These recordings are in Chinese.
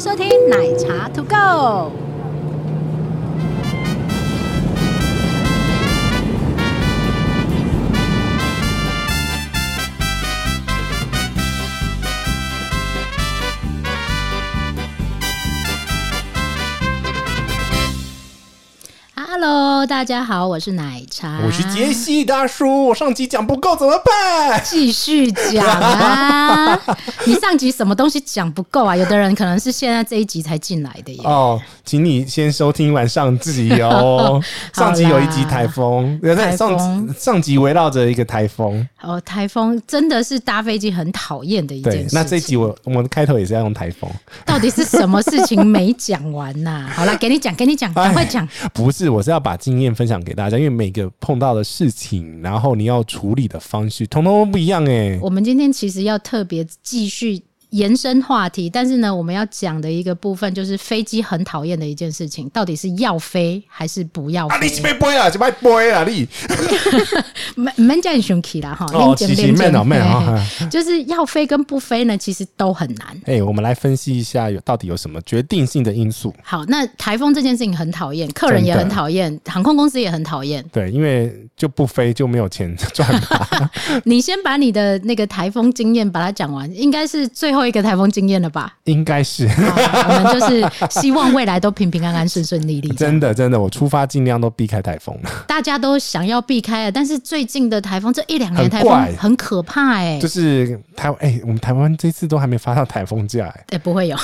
收听奶茶 To Go。Hello，大家好，我是奶茶，我是杰西大叔，我上集讲不够怎么办？继续讲啊！你上集什么东西讲不够啊？有的人可能是现在这一集才进来的耶。哦，请你先收听完上集哦。 好啦上集有一集台风，对台风上上集围绕着一个台风。哦，台风真的是搭飞机很讨厌的一件对事，情。那这一集我我们开头也是要用台风， 到底是什么事情没讲完 呐、好了，给你讲，给你讲，哎赶快讲。不是，我是要把经验分享给大家，因为每个碰到的事情，然后你要处理的方式，通通都不一样哎、我们今天其实要特别继续延伸话题，但是呢，我们要讲的一个部分就是飞机很讨厌的一件事情，到底是要飞还是不要啊，飞你？是被背啊，是被背啊，你没没叫你生气啦哈，哦，练是剑是练剑慢哦慢嘿嘿哦。就是要飞跟不飞呢，其实都很难。哎、我们来分析一下有到底有什么决定性的因素。好，那台风这件事情很讨厌，客人也很讨厌，航空公司也很讨厌。对，因为就不飞就没有钱赚 嘛。你先把你的那个台风经验把它讲完，应该是最后一个台风经验了 吧？应该是好我们就是希望未来都平平安安、顺顺利利。 真的，真的，我出发尽量都避开台风。大家都想要避开了，但是最近的台风，这一两年很台风怪很可怕哎、就欸。是台湾，哎、我们台湾这次都还没发到台风假、 哎，对，欸不会有。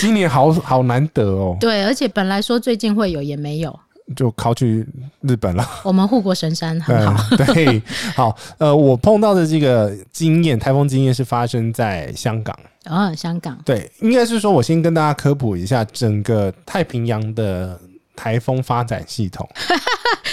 今年好好难得哦，对，而且本来说最近会有，也没有。就考去日本了。我们护国神山很好。嗯，对，好，呃，我碰到的这个经验，台风经验是发生在香港。嗯、香港对，应该是说，我先跟大家科普一下整个太平洋的台风发展系统。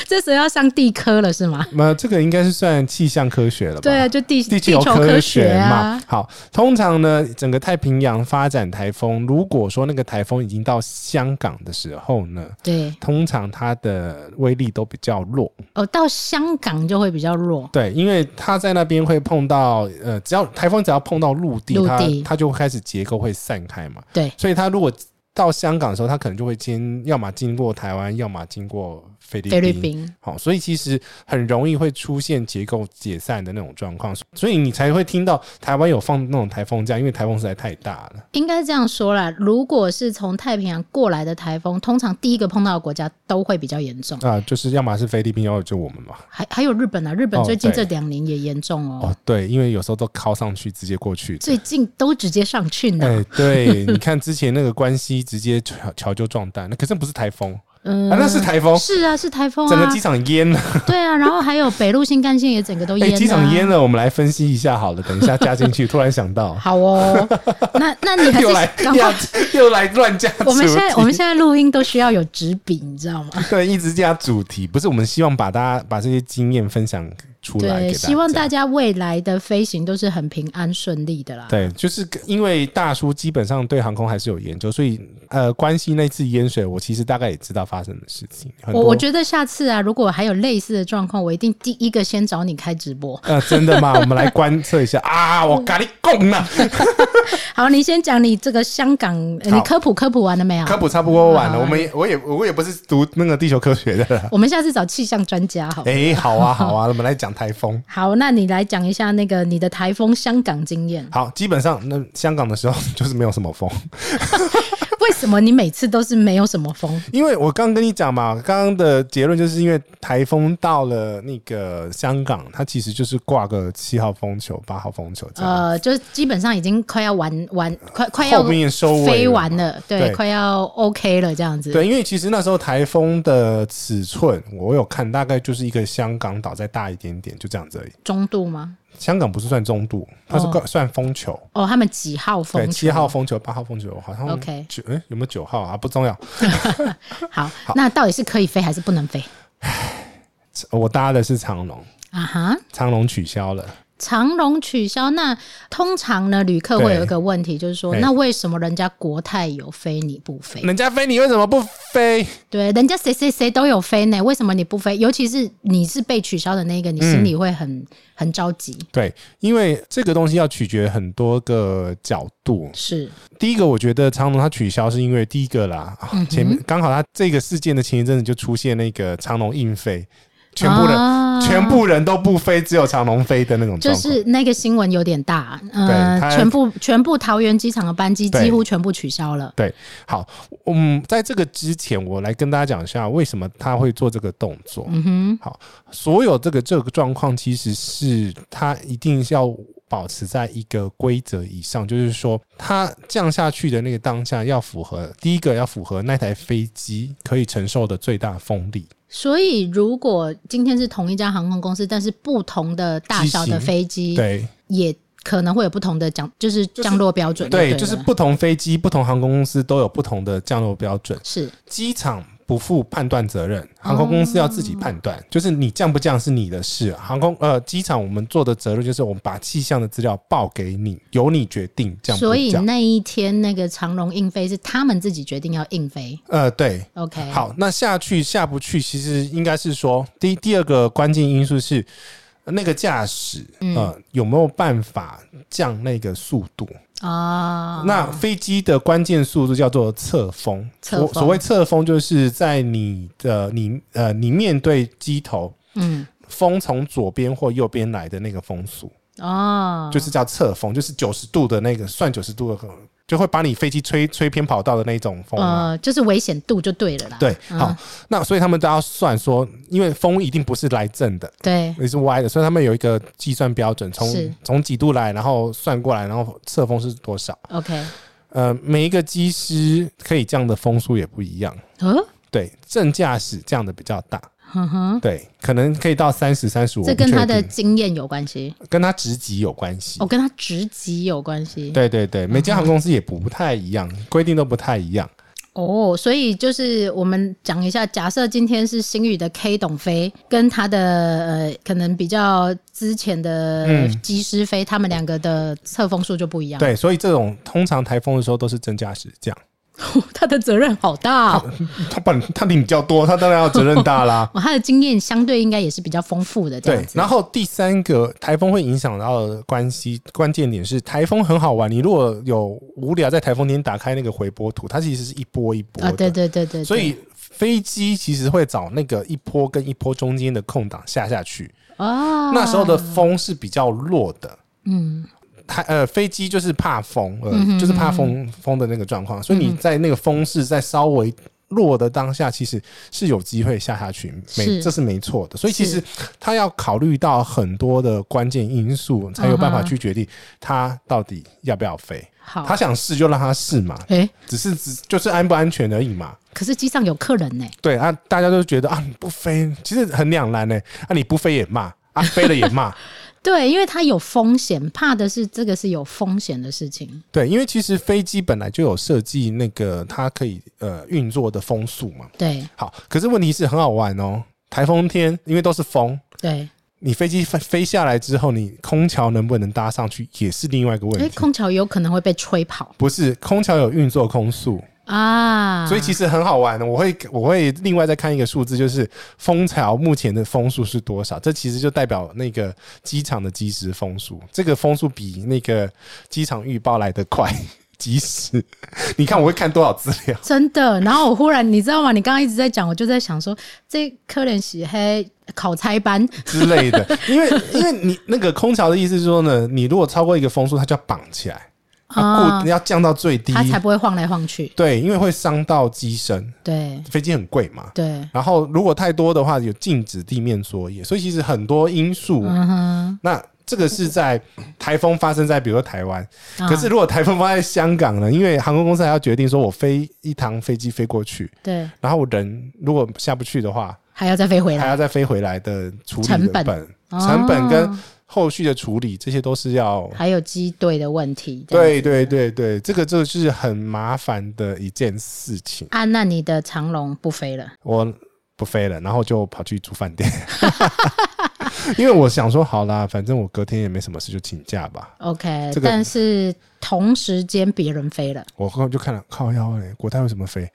这时候要上地科了是吗？那这个应该是算气象科学了吧？对啊，就地地球球科科学嘛啊。，好，通常呢，整个太平洋发展台风，如果说那个台风已经到香港的时候呢，对，通常它的威力都比较弱，哦，到香港就会比较弱。对，因为它在那边会碰到，呃，只要台风只要碰到陆地，陆它地它就会开始结构会散开嘛，对，所以它如果到香港的时候，它可能就会经，要么经过台湾，要么经过菲律菲律宾，宾好，所以其实很容易会出现结构解散的那种状况，所以你才会听到台湾有放那种台风假，因为台风实在太大了。应该这样说啦。如果是从太平洋过来的台风，通常第一个碰到的国家都会比较严重。啊、就是要么是菲律宾，要么就我们嘛。还还有日本啊，日本哦最近对这两年也严重哦，哦，对，因为有时候都靠上去直接过去。最近都直接上去呢。哎，对，你看之前那个关西直接桥桥就撞断，那可是不是台风啊，嗯，那是台风，是啊，是台风整个啊，机场淹了，对 啊，然后还有北陆新干线也整个都哎，淹了、啊机场淹。了，我们来分析一下好了，等一下加进去，突然想 到，好哦，那那你还 又来是赶又快。又来乱加主题，我们现在我们现在录音都需要有纸笔，你知道 吗？对，一直加主题，不是我们希望把大家把这些经验分享出来给对，大家。希望大家未来的飞行都是很平安顺利的啦。对，就是因为大叔基本上对航空还是有研究，所以呃，关系那次淹水，我其实大概也知道发生的事情。很我多我觉得下次啊，如果还有类似的状况，我一定第一个先找你开直播。 呃，真的吗？我们来观测一下啊！我咖喱贡了，好，你先讲你这个香港，呃好你科普科普完了没有？科普差不多完了。好我们也我也我也不是读那个地球科学 的啦。 我们下次找气象专家好了。哎、好啊，好啊，我们来讲台风。好，那你来讲一下那个你的台风香港经验。好，基本上那香港的时候就是没有什么风，为什么你每次都是没有什么风？因为我刚跟你讲嘛，刚刚的结论就是因为台风到了那个香港，它其实就是挂个七号风球、八号风 球这样。呃，就是基本上已经快要完完，快快要后面收尾了飞完了，对，对快要 OK 了这样子。对，因为其实那时候台风的尺寸，我有看，大概就是一个香港岛再大一点点，就这样子而已。中度吗？香港不是算中度，它是哦算算风球，哦，他们几号风对，球？七号风球、八号风球，好像 OK 九、诶有没有九号啊？不重要，好，那到底是可以飞还是不能飞？我搭的是长龙，啊哈，长龙取消了。长荣取消，那通常呢，旅客会有一个问题，就是说，对那为什么人家国泰有飞你不飞？人家飞你为什么不飞？对，人家谁谁谁都有飞呢，为什么你不飞？尤其是你是被取消的那一个，嗯你心里会很、很着急。对，因为这个东西要取决很多个角度。是，第一个，我觉得长隆它取消是因为第一个啦，啊嗯哼前面刚好它这个事件的前一阵子就出现那个长隆硬飞，全部人、啊全部人都不飞，只有长隆飞的那种就状况。是那个新闻有点大，对呃，他全部全部桃园机场的班机对几乎全部取消了。好，嗯，在这个之前，我来跟大家讲一下为什么他会做这个动作。嗯哼，所有这个这个状况，其实是他一定是要保持在一个规则以上，就是说，他降下去的那个当下要符合第一个要符合那台飞机可以承受的最大风力。所以如果今天是同一家航空公司，但是不同的大小的机型飞机，对也可能会有不同的降，就是降落标准。对，对了，就是不同飞机、不同航空公司都有不同的降落标准。是机场不负判断责任，航空公司要自己判哦断，就是你降不降是你的事。航空呃，机场我们做的责任就是我们把气象的资料报给你，由你决定降不所以降。那一天那个长荣硬飞是他们自己决定要硬飞。呃，对。 OK，，好，那下去下不去，其实应该是说，第一第二个关键因素是呃那个驾驶，嗯呃，有没有办法降那个速度？啊，那飞机的关键速度叫做侧风，侧所风所谓侧风就是在你的你呃你面对机头，嗯风从左边或右边来的那个风速，哦，就是叫侧风，就是九十度的那个，算九十度的，就会把你飞机吹吹偏跑道的那种风嘛。呃，就是危险度就对了啦。对，嗯好，那所以他们都要算说，因为风一定不是来正的，对，也是歪的，所以他们有一个计算标准，从是从几度来，然后算过来，然后侧风是多少。 OK，呃，每一个机师可以降的风速也不一样，呃，对，正驾驶降的比较大，哼哼，对，可能可以到三十、三十五，哦这跟他的经验有关系，跟他职级有关系。哦，跟他职级有关系。对对对，每家航空公司也不太一样，规定都不太一样。哦，所以就是我们讲一下，假设今天是星宇的 K 董飞跟他的呃，可能比较之前的嗯机师飞，他们两个的侧风数就不一样。，对，所以这种通常台风的时候都是正驾驶降， 他的责任好大、哦。。他本他领比较多，他当然要责任大啦 哦哇他的经验相对应该也是比较丰富的，这样对，子。然后第三个台风会影响到的关系，关键点是台风很好玩。你如果有无聊在台风天打开那个回波图，它其实是一波一波的，啊，对对对对，对所以飞机其实会找那个一波跟一波中间的空档下下去。哦，那时候的风是比较弱的，嗯，它呃飞机就是怕风，呃、就是怕嗯风风的那个状况，所以你在那个风势在稍微。弱的当下，其实是有机会下下去，没是这是没错的。所以其实是他要考虑到很多的关键因素，才有办法嗯哼去决定他到底要不要飞。好，他想试就让他试嘛，哎、只是只就是安不安全而已嘛。可是机上有客人呢、对啊，大家都觉得啊，你不飞，其实很两难呢、啊，你不飞也骂，啊，飞了也骂。对，因为它有风险，怕的是这个是有风险的事情。对，因为其实飞机本来就有设计那个它可以呃运作的风速嘛。对好，可是问题是很好玩哦，台风天因为都是风，对，你飞机飞飞下来之后，你空桥能不能搭上去也是另外一个因为问题。空桥有可能会被吹跑不是空桥有运作空速，啊，所以其实实很好玩的。我会我会另外再看一个数字，就是蜂巢目前的风速是多少？这其实就代表那个机场的即时风速，这个风速比那个机场预报来得快。 及时，你看我会看多少资料？ 真的。然后我忽然，你知道吗？你刚刚一直在讲，我就在想说，这科联喜黑考差班之类的，因为因为你那个空桥的意思是说呢，你如果超过一个风速，它就要绑起来，它啊固，要降到最低它，才不会晃来晃去。对，因为会伤到机身，对飞机很贵嘛。对，然后如果太多的话，有禁止地面作业，所以其实很多因素，嗯哼。那这个是在台风发生在比如说台湾，啊可是如果台风发生在香港呢？因为航空公司还要决定说我飞一趟飞机飞过去，对，然后人如果下不去的话，还要再飞回还来，要再飞回来的处啊理成的本本哦成本跟后续的处理，这些都是要。还有机队的问题。这样哦对对对对，这个就是很麻烦的一件事情。啊，那你的长龙不飞了。我不飞了，然后就跑去住饭店。 因为我想说，好啦，反正我隔天也没什么事，就请假吧。 OK，、这个但是同时间别人飞 了，我后来就看了，靠腰哎、国泰为什么飞？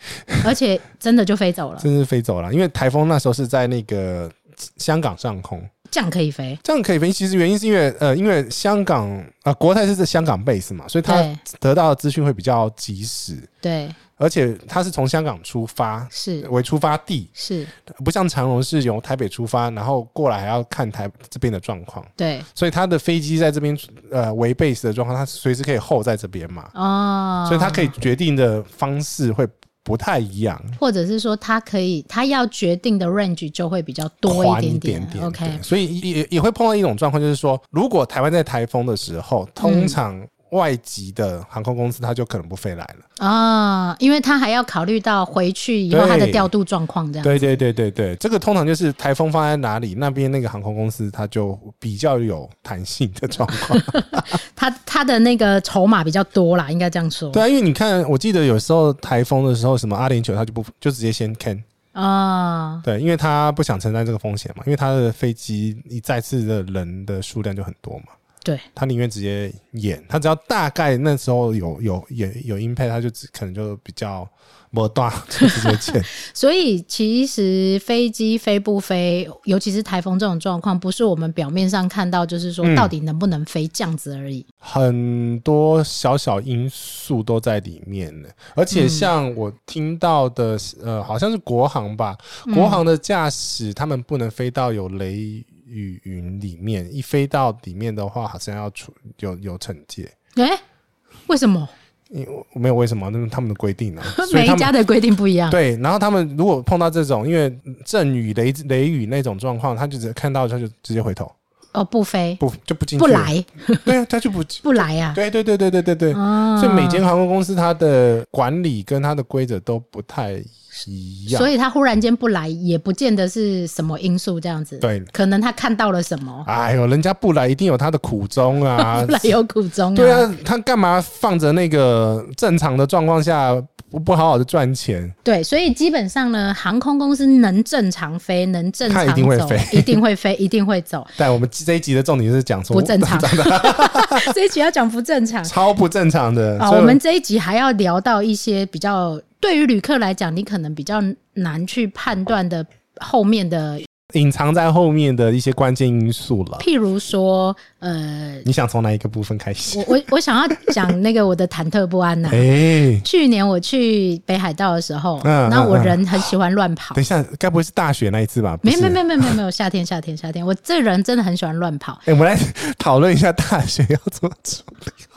而且真的就飞走了，真是飞走了，因为台风那时候是在那个香港上空，这样可以飞。这样可以飞。其实原因是因为呃，因为香港啊、呃国泰是在香港 base 嘛，所以它对得到的资讯会比较及时，对，而且它是从香港出发是为出发地，是，不像长荣是由台北出发，然后过来还要看台这边的状况。对所以他的飞机在这边呃为 base 的状况，他随时可以候在这边嘛，哦，所以他可以决定的方式会不太一样，或者是说他可以，他要决定的 range 就会比较多宽一一点点 OK，对所以也也会碰到一种状况，就是说，如果台湾在台风的时候，通常外籍的航空公司它就可能不飞来了。啊、因为他还要考虑到回去以后对他的调度状况，这样对对对对对，这个通常就是台风放在哪里，那边那个航空公司它就比较有弹性的状况。 他他的那个筹码比较多啦，应该这样说。对啊，因为你看，我记得有时候台风的时候，什么阿联酋它就不就直接先 can。啊、对，因为他不想承担这个风险嘛，因为他的飞机一再次的人的数量就很多嘛，对，他宁愿直接演，他只要大概那时候有有有有 impact，他就只可能就比较没大 就直接签。所以其实飞机飞不飞，尤其是台风这种状况，不是我们表面上看到，就是说嗯到底能不能飞这样子而已。很多小小因素都在里面呢，而且像我听到的，呃，好像是国航吧，国航的驾驶他们不能飞到有雷雨云里面，一飞到里面的话，好像要处有有惩戒。诶，为什么？。因为我没有为什么，那是他们的规定啊所以每他一们家的规定不一样。对，然后他们如果碰到这种因为阵雨、雷雷雨那种状况，他就只看到他就直接回头，哦，不飞，不就不进去不了，来，对啊，他就不，不来啊。对对对对对对对，啊所以每间航空公司它的管理跟它的规则都不太一样，所以他忽然间不来，也不见得是什么因素这样子。对可能他看到了什么，哎呦，人家不来一定有他的苦衷啊 不，来有苦衷、啊。对，啊，他干嘛放着那个正常的状况下不不好好的赚钱？对，所以基本上呢，航空公司能正常飞，能正常走，它一定会飞一定会飞，一定会 走。但我们这一集的重点是讲说不 正常， 这一集要讲不正常超不正常的。啊、所以我们这一集还要聊到一些比较对于旅客来讲，你可能比较难去判断的后面的，隐藏在后面的一些关键因素了。譬如说，呃，你想从哪一个部分开始？我我我想要讲那个我的忐忑不安呐、哎、去年我去北海道的时候，嗯那、我嗯嗯人很喜欢乱跑等一，下，该不会是大学那一次吧？没有不没是有没。有没有没有没有夏天夏天夏天，我这人真的很喜欢乱跑。哎、我们来讨论一下大学要怎么处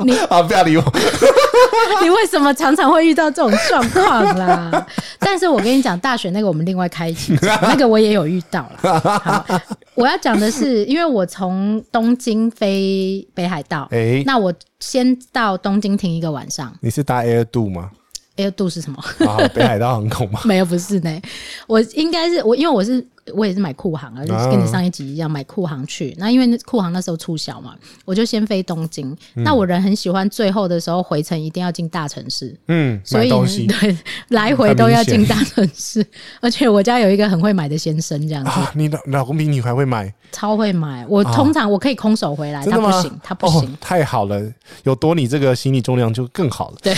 你理。好，不要理我。 你为什么常常会遇到这种状况啦？但是我跟你讲，大学那个我们另外开一期讲，那个我也有遇到啦。好，我要讲的是，因为我从东京飞北海道，哎、那我先到东京停一个晚上。你是搭 Air Do 吗？ Air Do 是什么？ 啊，北海道航空吗？没有，不是呢。我应该是我，因为我是我也是买酷航啊，就是跟你上一集一样买酷航去。那因为酷航那时候促销嘛，我就先飞东京。那我人很喜欢，最后的时候回程一定要进大城市。嗯，所买以东西。对来回都要进大城市， 而且我家有一个很会买的先生，这样子、啊，你老老公比你还会买，超会买。我通常我可以空手回来，真啊他的不吗？行，他不行 哦。，太好了，有多你这个行李重量就更好了。对，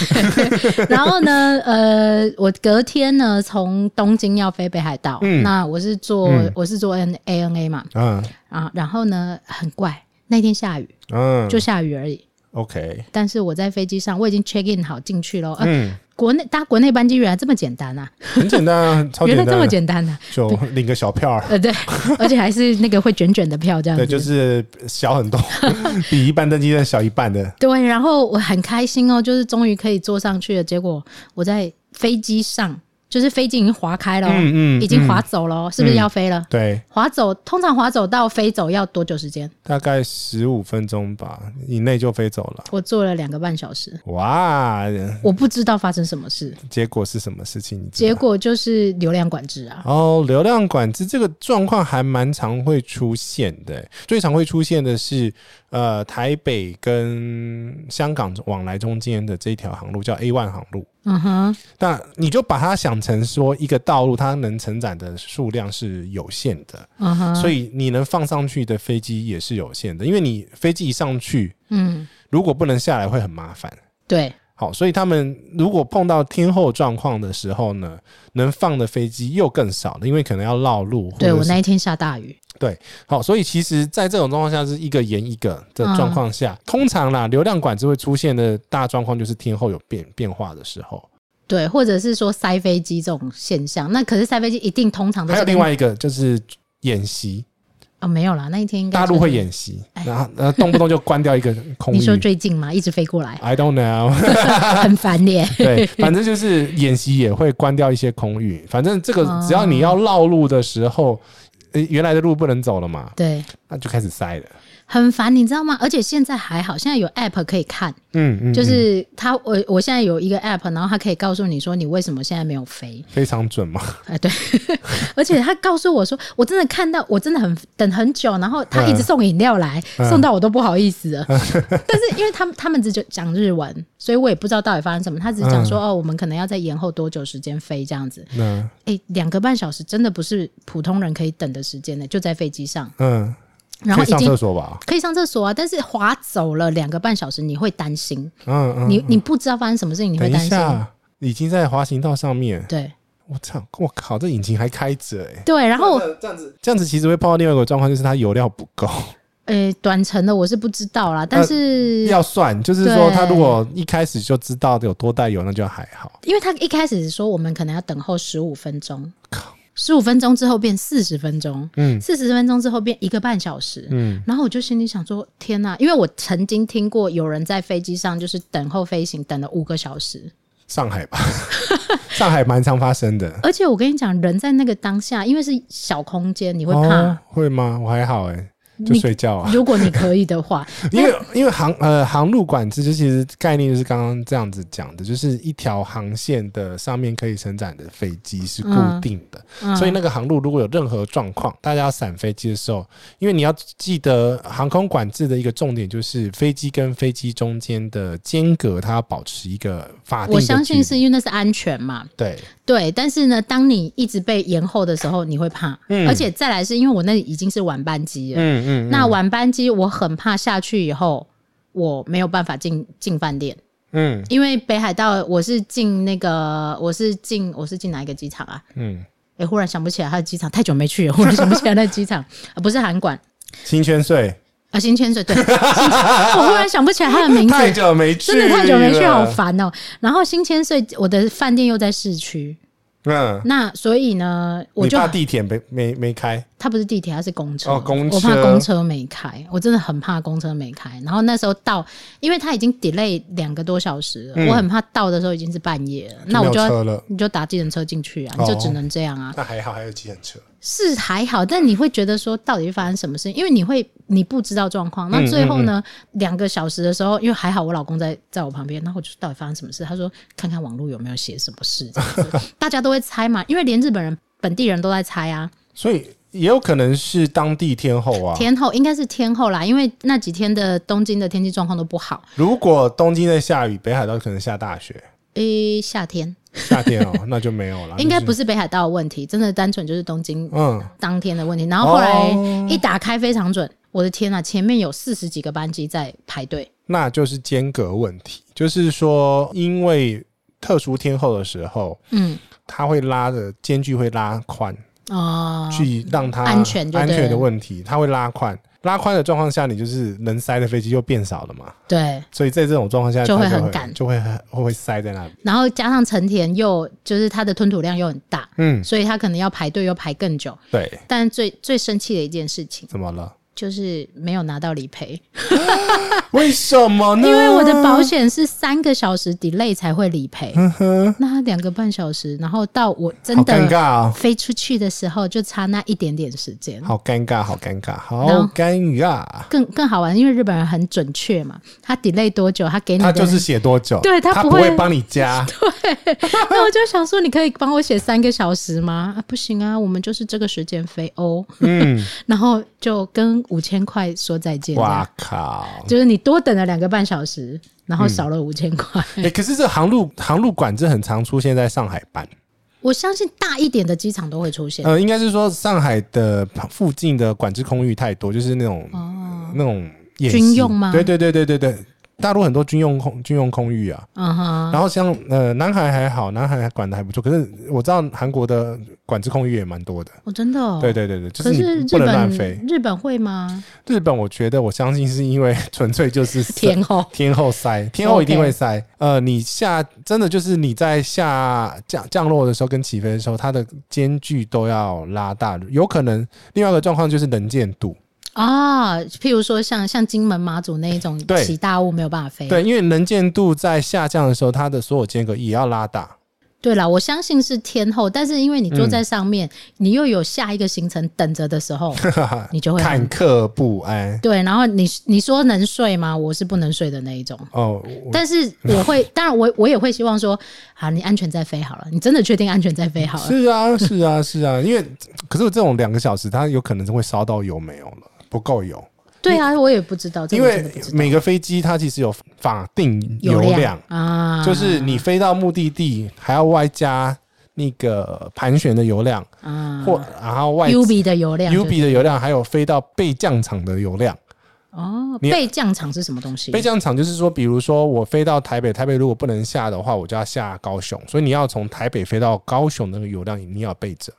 然后呢，呃，我隔天呢从东京要飞北海道，那我是坐、我是坐 N A N A 嘛，嗯啊，然后呢很怪，那天下雨，嗯，就下雨而已。 OK，但是我在飞机上，我已经 check in 好进去了。呃嗯，国内搭国内班机原来这么简单啊！很简 单啊，超原来简单的，这么简单啊！就领个小票儿。呃，对， 而且还是那个会卷卷的票这样子。对，就是小很多， 比一般登机证小一半的。对，然后我很开心哦，就是终于可以坐上去了。结果我在飞机上，就是飞机已经划开了、哦，嗯嗯已经划走了、哦，是不是要飞了？对，划走通常划走到飞走要多久时间？大概十五分钟吧，以内就飞走了。我坐了两个半小时，哇，我不知道发生什么事，结果是什么事情？你知道结果就是流量管制啊。哦，流量管制这个状况还蛮常会出现的欸，最常会出现的是，呃，台北跟香港往来中间的这一条航路叫 A one 航路。嗯哼，那你就把它想想成说一个道路它能承载的数量是有限的，嗯哼，所以以你能放上去的飞机也是有限的，因为你飞机一上去，嗯，如果不能下来会很麻烦。对，好，所以他们如果碰到天候状况的时候呢，能放的飞机又更少了，因为可能要绕路。或对者我是那一天下大雨，好，所以其实，在这种状况下是一个延一个的状况下，通常啦，流量管制会出现的大状况就是天候有变变化的时候。对，或者是说塞飞机这种现象。那可是塞飞机一定通常都还是有跟另外一个就是演习，哦，没有啦，那一天应该大陆就是会 演习，然后呃动不动就关掉一个空域哎你。说最近吗？一直飞过来， I don't know，很烦耶。 对，反正就是演习也会关掉一些空域。反正这个哦只要你要绕路的时候，呃原来的路不能走了嘛，对，那就开始塞了。很烦，你知道吗？而且现在还好，现在有 app 可以看，嗯嗯，就是它，我我现在有一个 app，然后它可以告诉你说你为什么现在没有飞。嗯非常准嘛。哎，对， 而且他告诉我说，我真的看到，我真的很等很久，然后他一直送饮料来，嗯送到我都不好意思 了。但是因为他们他们只讲日文，所以我也不知道到底发生什么。他只讲说、哦，我们可能要再延后多久时间飞这样子。嗯哎，两个半小时真的不是普通人可以等的时间呢，就在飞机上，嗯，然后可以已上经厕所吧？可以上厕所啊，但是滑走了两个半小时，你会担心，嗯嗯，你你不知道发生什么事情，你会等担一心。下，已经在滑行道上面。对我操！我靠，这引擎还开着哎、对，然后这样子，这样子其实会碰到另外一个状况，就是它油料不够。呃，短程的我是不知道啦，但呃是、要算，就是说对它如果一开始就知道有多带油，那就还好。因为他一开始说我们可能要等候十五分钟，十五分钟之后变四十分钟，嗯四十分钟之后变一个半小时。嗯，然后我就心里想说：“天呐！”因为我曾经听过有人在飞机上就是等候飞行，等了五个小时。上海吧， 上海蛮常发生的。而且我跟你讲，人在那个当下，因为是小空间，你会怕。哦、会吗？我还好哎、就你睡觉啊。如果你可以的话，因为因为航呃航路管制，就其实概念就是刚刚这样子讲的，就是一条航线的上面可以承载的飞机是固嗯定的，嗯所以那个航路如果有任何状况，大家要散飞机的时候，因为你要记得航空管制的一个重点就是飞机跟飞机中间的间隔，它要保持一个法定的我相信距是离因为那是安全嘛。对，对，但是呢，当你一直被延后的时候，你会怕。嗯而且再来是因为我那里已经是晚班机了，嗯嗯那晚班机我很怕下去以后我没有办法进进饭店，嗯因为北海道我是进那个我是进我是进哪一个机场啊？嗯，诶，忽然想不起来他的机场，太久没去了，忽 然想不起来那机场，啊、不是函馆新圈税啊，新千岁 对，新千我忽然想不起来他的名太字。久没去，真的太久没去，好烦。烦哦、然后新千岁，我的饭店又在市区，嗯，那所以呢，我你就怕地铁没没没开，它不是地铁，它是公车。哦公车我怕公车没开，我真的很怕公车没开。然后那时候到，因为它已经 delay 两个多小时了，嗯我很怕到的时候已经是半夜了，那我就就没有要车了。你就打计程车进去啊，哦你就只能这样啊。那还好，还有计程车。是还好，但你会觉得说到底发生什么事？因为你会你不知道状况。那嗯最后呢，两、个小时的时候，因为还好我老公在在我旁边，然后我就到底发生什么事？他说看看网络有没有写什么事，这样子大家都会猜嘛，因为连日本人本地人都在猜啊。所以也有可能是当地天后啊。天后应该是天后啦，因为那几天的东京的天气状况都不好。如果东京在下雨，北海道可能下大雪，诶、夏天夏 天哦，那就没有了。应该就是不是北海道的问题，真的单纯就是东京嗯，当天的问题。然后后来哦一打开非常准，我的天呐、啊前面有四十几个班机在排队。那就是间隔问题，就是说，因为特殊天后的时候，嗯它会拉的间距会拉宽，哦，去让它安全就对安全的问题，它会拉宽。拉宽的状况下，你就是能塞的飞机又变少了嘛，对，所以在这种状况下，就会它很赶就会很会会塞在那里。然后加上成田又就是它的吞吐量又很大，嗯，所以它可能要排队又排更久。对，但最最生气的一件事情怎么了？就是没有拿到理赔，为什么呢？因为我的保险是三个小时 delay 才会理赔，那两个半小时，然后到我真嗯好尴的尬啊、飞出去的时候，就差那一点点时间。好尴尬，好尴尬，好啊然后尴尬。更更好玩，因为日本人很准确嘛，他 delay 多久，他给你他的就是写多久，对他他不不会会帮你加， 那我就想说，你可以帮我写三个小时吗？啊，不行啊，我们就是这个时间飞哦。嗯， 然后就跟五千块说再见。哇靠！这样，就是你多等了两个半小时，嗯然后少了五千块。哎、可是这航路航路管制很常出现在上海办，我相信大一点的机场都会出现。呃，应该是说上海的附近的管制空域太多，就是那种、哦，那种演习军用吗对对对对对对，大陆很多军用空军用空域啊。嗯哼，然后像呃，南海还好，南海还管的还不错。可是我知道韩国的管制空域也蛮多的。我真的哦。对对对对，就可你日不能乱本飞。日本会吗？ 日本，我觉得我相信是因为 纯粹就是 天后天后塞，天后一定会塞。呃，你下真的就是你在下降降落的时候跟起飞的时候，它的间距都要拉大。有可能另外一个状况就是能见度，啊，譬如说像像金门马祖那一种对起大雾没有办法飞。对，因为能见度在下降的时候，它的所有间隔也要拉大。对啦，我相信是天后，但是因为你坐嗯在上面，你又有下一个行程等着的时 候，你就会很忐忑不哎安对。然后你你说能睡吗？我是不能睡的那一种。哦，但是我 会，当然我我也会希望说，好，你安全再飞好了，你真的确定安全再飞好了。是啊，是啊，是啊，因为可是我这种两个小时，它有可能是会烧到油没有了，不够油。对啊，我也不知道，这因个我真为的不知道每个飞机它其实有法定油量量，啊，就是你飞到目的地还要外加那个盘旋的油量，啊或然后外 U B 的油量 U 就是 B 的油量，还有飞到备降场的油量。哦，你备降场是什么东西？备降场就是说，比如说我飞到台北，台北如果不能下的话，我就要下高雄，所以你要从台北飞到高雄那个油量，你要备着。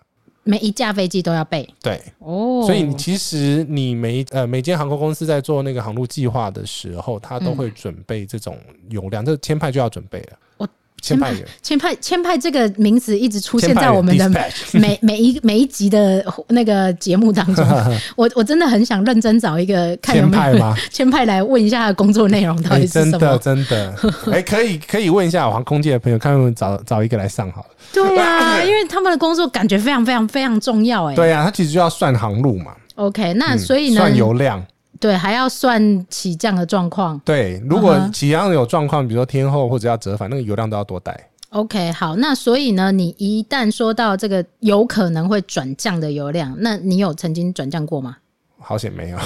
每一架飞机都要备对，哦，所以你其实你每一呃每间航空公司在做那个航路计划的时候，它都会准备这种油量，这签派就要准备了。哦，签派也签派签派这个名词一直出现签派在我们的 dispatch 每每一每一集的那个节目当中。 我我真的很想认真找一个看有签没派有吗？ 签派来问一下他的工作内容到哎底是真什么。的真的， 哎、可以可以问一下我航空界的朋友，看能不能找找一个来上好了。对 啊，因为他们的工作感觉非常非常非常重要哎、对呀、啊，它其实就要算航路嘛， OK，那嗯所以呢，算油量。对还要算起降的状况。对，如果嗯哼起航有状况，比如说天后或者要折返，那个油量都要多带。 OK，好，那所以呢，你一旦说到这个有可能会转降的油量，那你有曾经转降过吗？好险没有，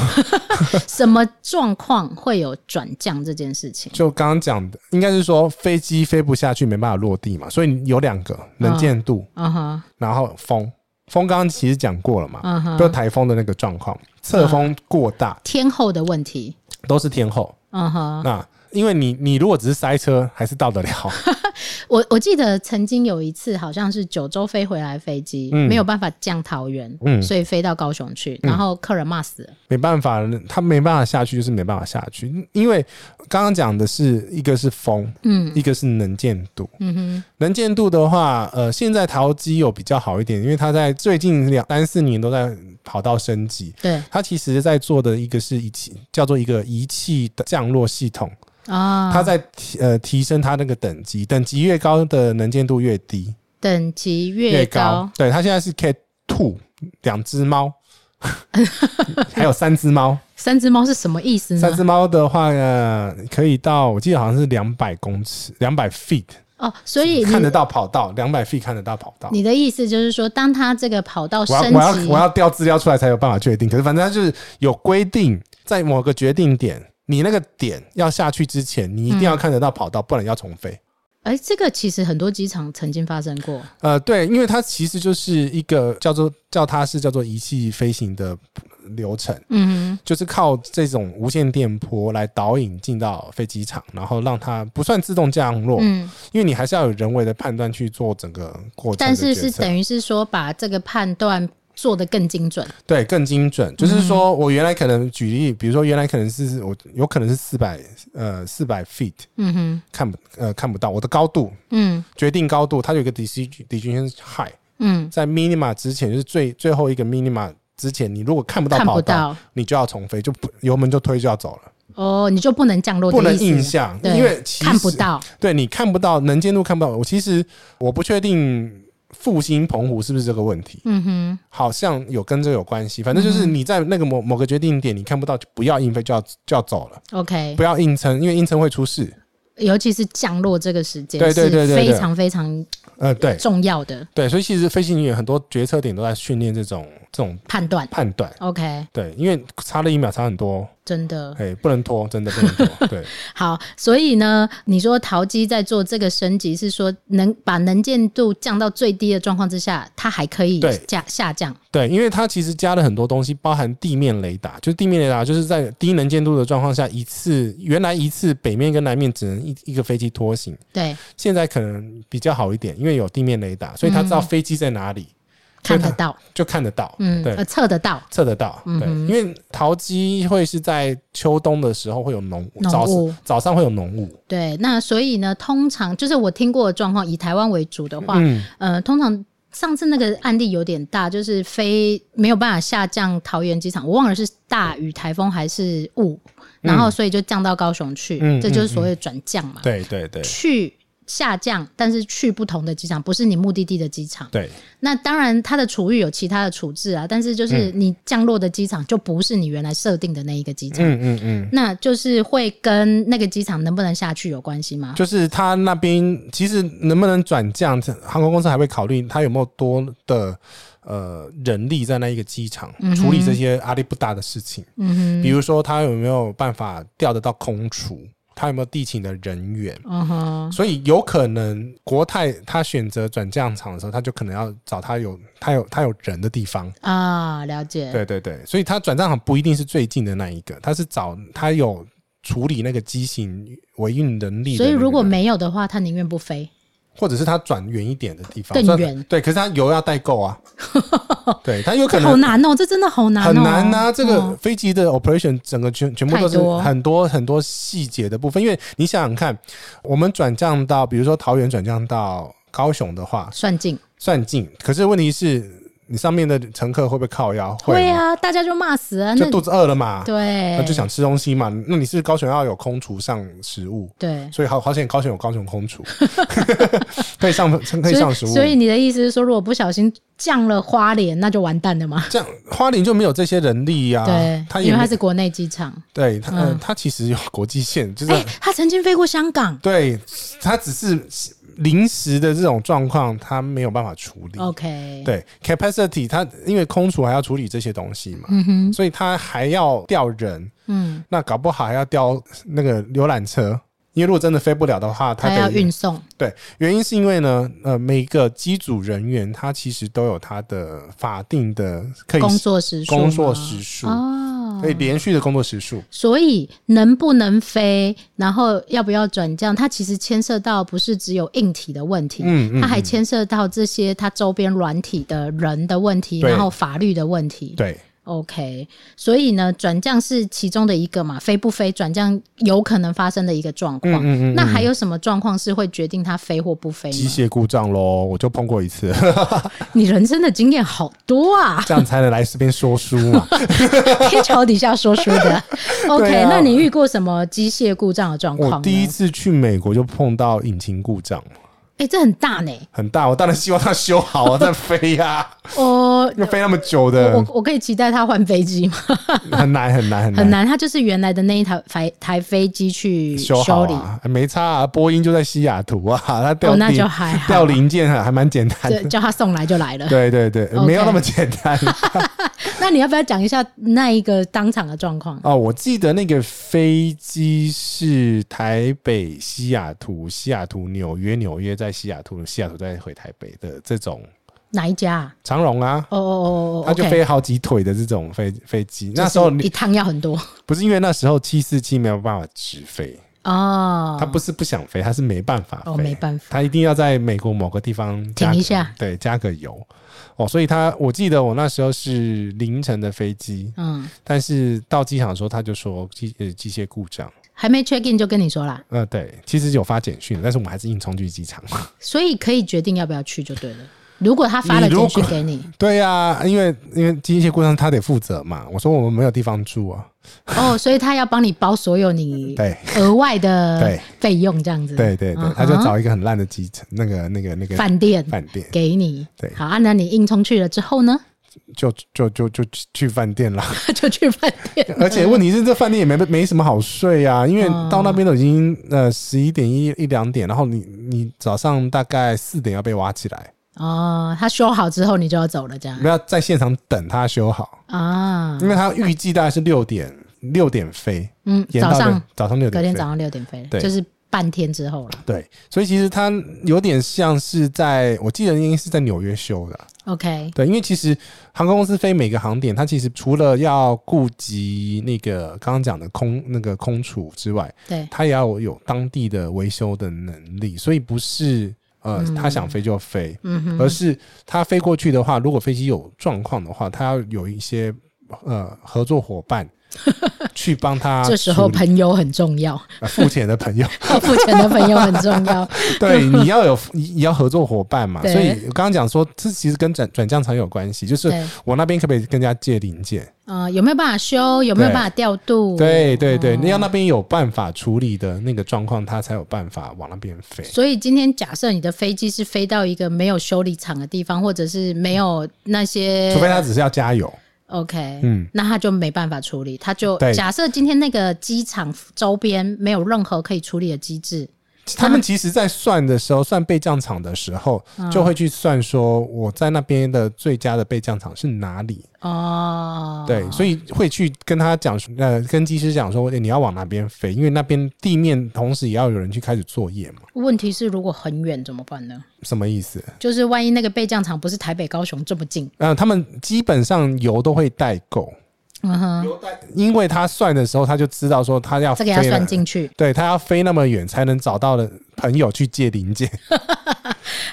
什么状况会有转降这件事情？就刚刚讲的，应该是说飞机飞不下去，没办法落地嘛，所以有两个能见度，嗯哼，然后风，风刚刚其实讲过了嘛，嗯就哼，台风的那个状况，侧风过大天后的问题，都是天后，嗯哼，那因为你你如果只是塞车，还是到得了， 我我记得曾经有一次，好像是九州飞回来飞机、嗯没有办法降桃园，嗯所以飞到高雄去，然后客人骂死了，没办法，他没办法下去，就是没办法下去，因为刚刚讲的是一个是风，嗯一个是能见度。嗯哼，能见度的话，呃，现在桃机有比较好一点，因为它在最近两三四年都在跑道升级。对它其实在做的一个是仪器，叫做一个仪器的降落系统，啊，它在提呃提升它那个等级，等级越高的能见度越低，等级越高对，它现在是 K two，两只猫， 还有三只 猫。三只猫是什么意思三呢？只猫的话，呃，可以到我记得好像是两百公尺，两百 feet 哦，所以看得你到跑道，两百 feet 看得到跑道。你的意思就是说，当它这个跑道我升要级，我要我要调资料出来才有办法确定。可是反正它就是有规定，在某个决定点，你那个点要下去之前，你一定要看得到跑道，不然要重飞。哎、这个其实很多机场曾经发生过，呃，对，因为它其实就是一个叫做叫它是叫做仪器飞行的流程，嗯就是靠这种无线电波来导引进到飞机场，然后让它不算自动降落，哼嗯。因为你还是要有人为的判断去做整个过程的但是是决策等于是说把这个判断做得更精准。对更精准，就是嗯说我原来可能举例，比如说原来可能是我有可能是四百呃四百 feet 嗯哼，看不呃看不到我的高度嗯决定高度，它有一个 decision decision high，嗯，在 minima 之前就是最最后一个 minima 之前，你如果看不到看跑不道，到你就要重飞，就不油门就推就要走了，哦，你就不能降落不的能意印思，象，对因为其实看不到。对你看不到能见度看不到。我其实我不确定复兴澎湖是不是这个问题，嗯哼，好像有跟这有关系。反正就是你在那个某某个决定点，你看不到，就不要硬飞，就要就要走了， OK，不要硬撑，因为硬撑会出事。尤其是降落这个时间，对对对对对是非常非常呃，对重要的对，所以其实飞行员很多决策点都在训练这种这种判断。判断。 OK，对，因为差了一秒差很多，真的哎、不能拖，真的不能拖。对，好，所以呢，你说淘机在做这个升级，是说能把能见度降到最低的状况之下，它还可以对下下降。对，因为它其实加了很多东西，包含地面雷达，就是地面雷达就是在低能见度的状况下，一次原来一次北面跟南面只能一一个飞机拖行，对，现在可能比较好一点，因为有地面雷达，所以它知道飞机在哪里，所看以它得到，就看得到，嗯，对呃，，测得到测得到，嗯对，哼因为桃机会是在秋冬的时候会有浓雾，浓早雾早上会有浓雾，对，那所以呢，通常就是我听过的状况，以台湾为主的话，嗯，呃，通常上次那个案例有点大，就是飞没有办法下降桃园机场，我忘了是大雨、台风还是雾，然后所以就降到高雄去，嗯这就是所谓的转降嘛，对对对去下降，但是去不同的机场，不是你目的地的机场。对那当然，它的处遇有其他的处置啊，但是就是嗯你降落的机场就不是你原来设定的那一个机场。嗯嗯嗯，那就是会跟那个机场能不能下去有关系吗？就是它那边其实能不能转降，航空公司还会考虑它有没有多的呃人力在那一个机场、处理这些阿里不达的事情，嗯比如说它有没有办法调得到空厨，它有没有地勤的人员。哼，嗯哼，所以有可能国泰它选择转降场的时候，它就可能要找它有它有它有人的地方，啊，了解。对对对，所以它转账行不一定是最近的那一个，它是找它有处理那个机型维运能力的那个人，所以如果没有的话，他宁愿不飞。或者是它转远一点的地方，更虽然远对，可是它油要代 购啊，对，它有可这好能。难哦，这真的好难、哦，很难呐、这个哦飞机的 operation 整个全全部都是太多很多很多细节的部分，因为你想想看，我们转降到比如说桃园转降到高雄的话算尽算近，可是问题是你上面的乘客会不会靠腰？会嘛，啊，大家就骂死啊，那就肚子饿了嘛，对，那就想吃东西嘛。那你是高雄要有空厨上食物，对。所以好好险高雄有高雄 空厨，可以上可以所上以，食物。所以你的意思是说，如果不小心降了花莲，那就完蛋了吗？这样花莲就没有这些人力呀、对，啊他因也为没它是国内机场。对他、呃嗯他其实有国际线，就是、啊哎、他曾经飞过香港。对他只是临时的这种状况，他没有办法处理。哦 OK，，对 capacity，他因为空厨还要处理这些东西嘛，嗯哼，所以他还要调人，嗯，那搞不好还要调那个浏览车，因为如果真的飞不了的话，他他得要运送，对，原因是因为呢，呃，每个机组人员他其实都有他的法定的可以工作时数吗，工作时数，哦可以。连续的工作时数。所以能不能飞，然后要不要转降，它其实牵涉到不是只有硬体的问题，嗯嗯它还牵涉到这些它周边软体的人的问题，对然后法律的问题。对 OK，所以呢，转降是其中的一个嘛，飞不飞，转降有可能发生的一个状况。嗯那还有什么状况是会决定它飞或不飞机吗？械故障喽，我就碰过 一次，，你人生的经验好多啊 这样才能来这边说书嘛。天桥底下说书 的。OK，、对啊那你遇过什么机械故障的状况呢？我第一次去美国就碰到引擎故障，哎、这很大呢。很大，我当然希望它修好啊，再飞呀、 哦，要飞那么久我的，我可以期待他换飞机吗？很难很难很很难。难，他就是原来的那一台台台飞机去修好修理。啊，没差啊，波音就在西雅图啊，它掉哦，那零就还好，掉零件还还蛮简单对的，叫他送来就来了。对对对， OK 没有那么简单。那你要不要讲一下那一个当场的状况？哦，我记得那个飞机是台北、西雅图、西雅图、纽约、纽约在西雅图，西雅图再回台北的这种哪一家啊？长荣啊，哦哦哦哦，它就 OK 飞好几腿的这种飞飞机。就是那时候一你趟要很多不是因为那时候七四七没有办法直飞，哦。它不是不想飞，它是没办法哦飞，没办法它一定要在美国某个地方加停一个下，对，加个油。哦，所以它我记得我那时候是凌晨的飞机，嗯，但是到机场的时候他就说机呃机械故障。还没 check in 就跟你说啦，呃，对，其实有发简讯，但是我们还是硬冲去机场。 所以可以决定要不要去就对了。如果他发了你如简果讯给你，对呀、因为因为机械故障他得负责嘛。我说我们没有地方住啊。哦，所以他要帮你包所有你对额外的对费用，这样子。对对对，嗯哼他就找一个很烂的机场，那个那个那个饭店饭店。给你。对好啊，那你硬冲去了之后呢？ 就就就就去饭店啦。就去饭店。而且问题是，这饭店也没没什么好睡啊，因为哦到那边都已经呃十一点一一两点，然后你你早上大概四点要被挖起来，哦，他修好之后你就要走了，这样不要在现场等他修好，啊？因为他预计大概是六点六点飞，嗯，延早到上了早上六隔点天飞早。上六点飞了，对就是半天之后了。对，所以其实他有点像是在，我记得应该是在纽约修的啊， OK，对，因为其实航空公司飞每个航点，它其实除了要顾及那个刚刚讲的空那个空储之外，对，它也要有当地的维修的能力，所以不是呃嗯他想飞就飞，嗯哼，而是他飞过去的话，如果飞机有状况的话，他要有一些呃合作伙 伴去帮他这时候处理朋友很重要， 呃付钱的朋友，付钱的朋友很重要。 对，你要有你你要合作伙伴嘛，对所以我刚刚讲说，这其实跟转转降场有关系， 就是对，我那边可不可以跟人家借零件？呃，有没有办法修？有没有对办法调度？对对对，哦你要那边有办法处理的那个状况，他才有办法往那边飞。所以今天假设你的飞机是飞到一个没有修理厂的地方，或者是没有那些，除非他只是要加油， OK，嗯那他就没办法处理，他就对假设今天那个机场周边没有任何可以处理的机制，他们其实在算的时候，算备降场的时候，嗯就会去算说我在那边的最佳的备降场是哪里。哦，对，所以会去跟他讲说，呃，跟机师讲说，诶你要往哪边飞，因为那边地面同时也要有人去开始作业嘛。问题是如果很远怎么办呢？什么意思？就是万一那个备降场不是台北、高雄这么近，呃，他们基本上油都会代购，嗯哼，因为他算的时候他就知道说他要这个要啊飞了算进去。对他要飞那么远才能找到的朋友去借 零件，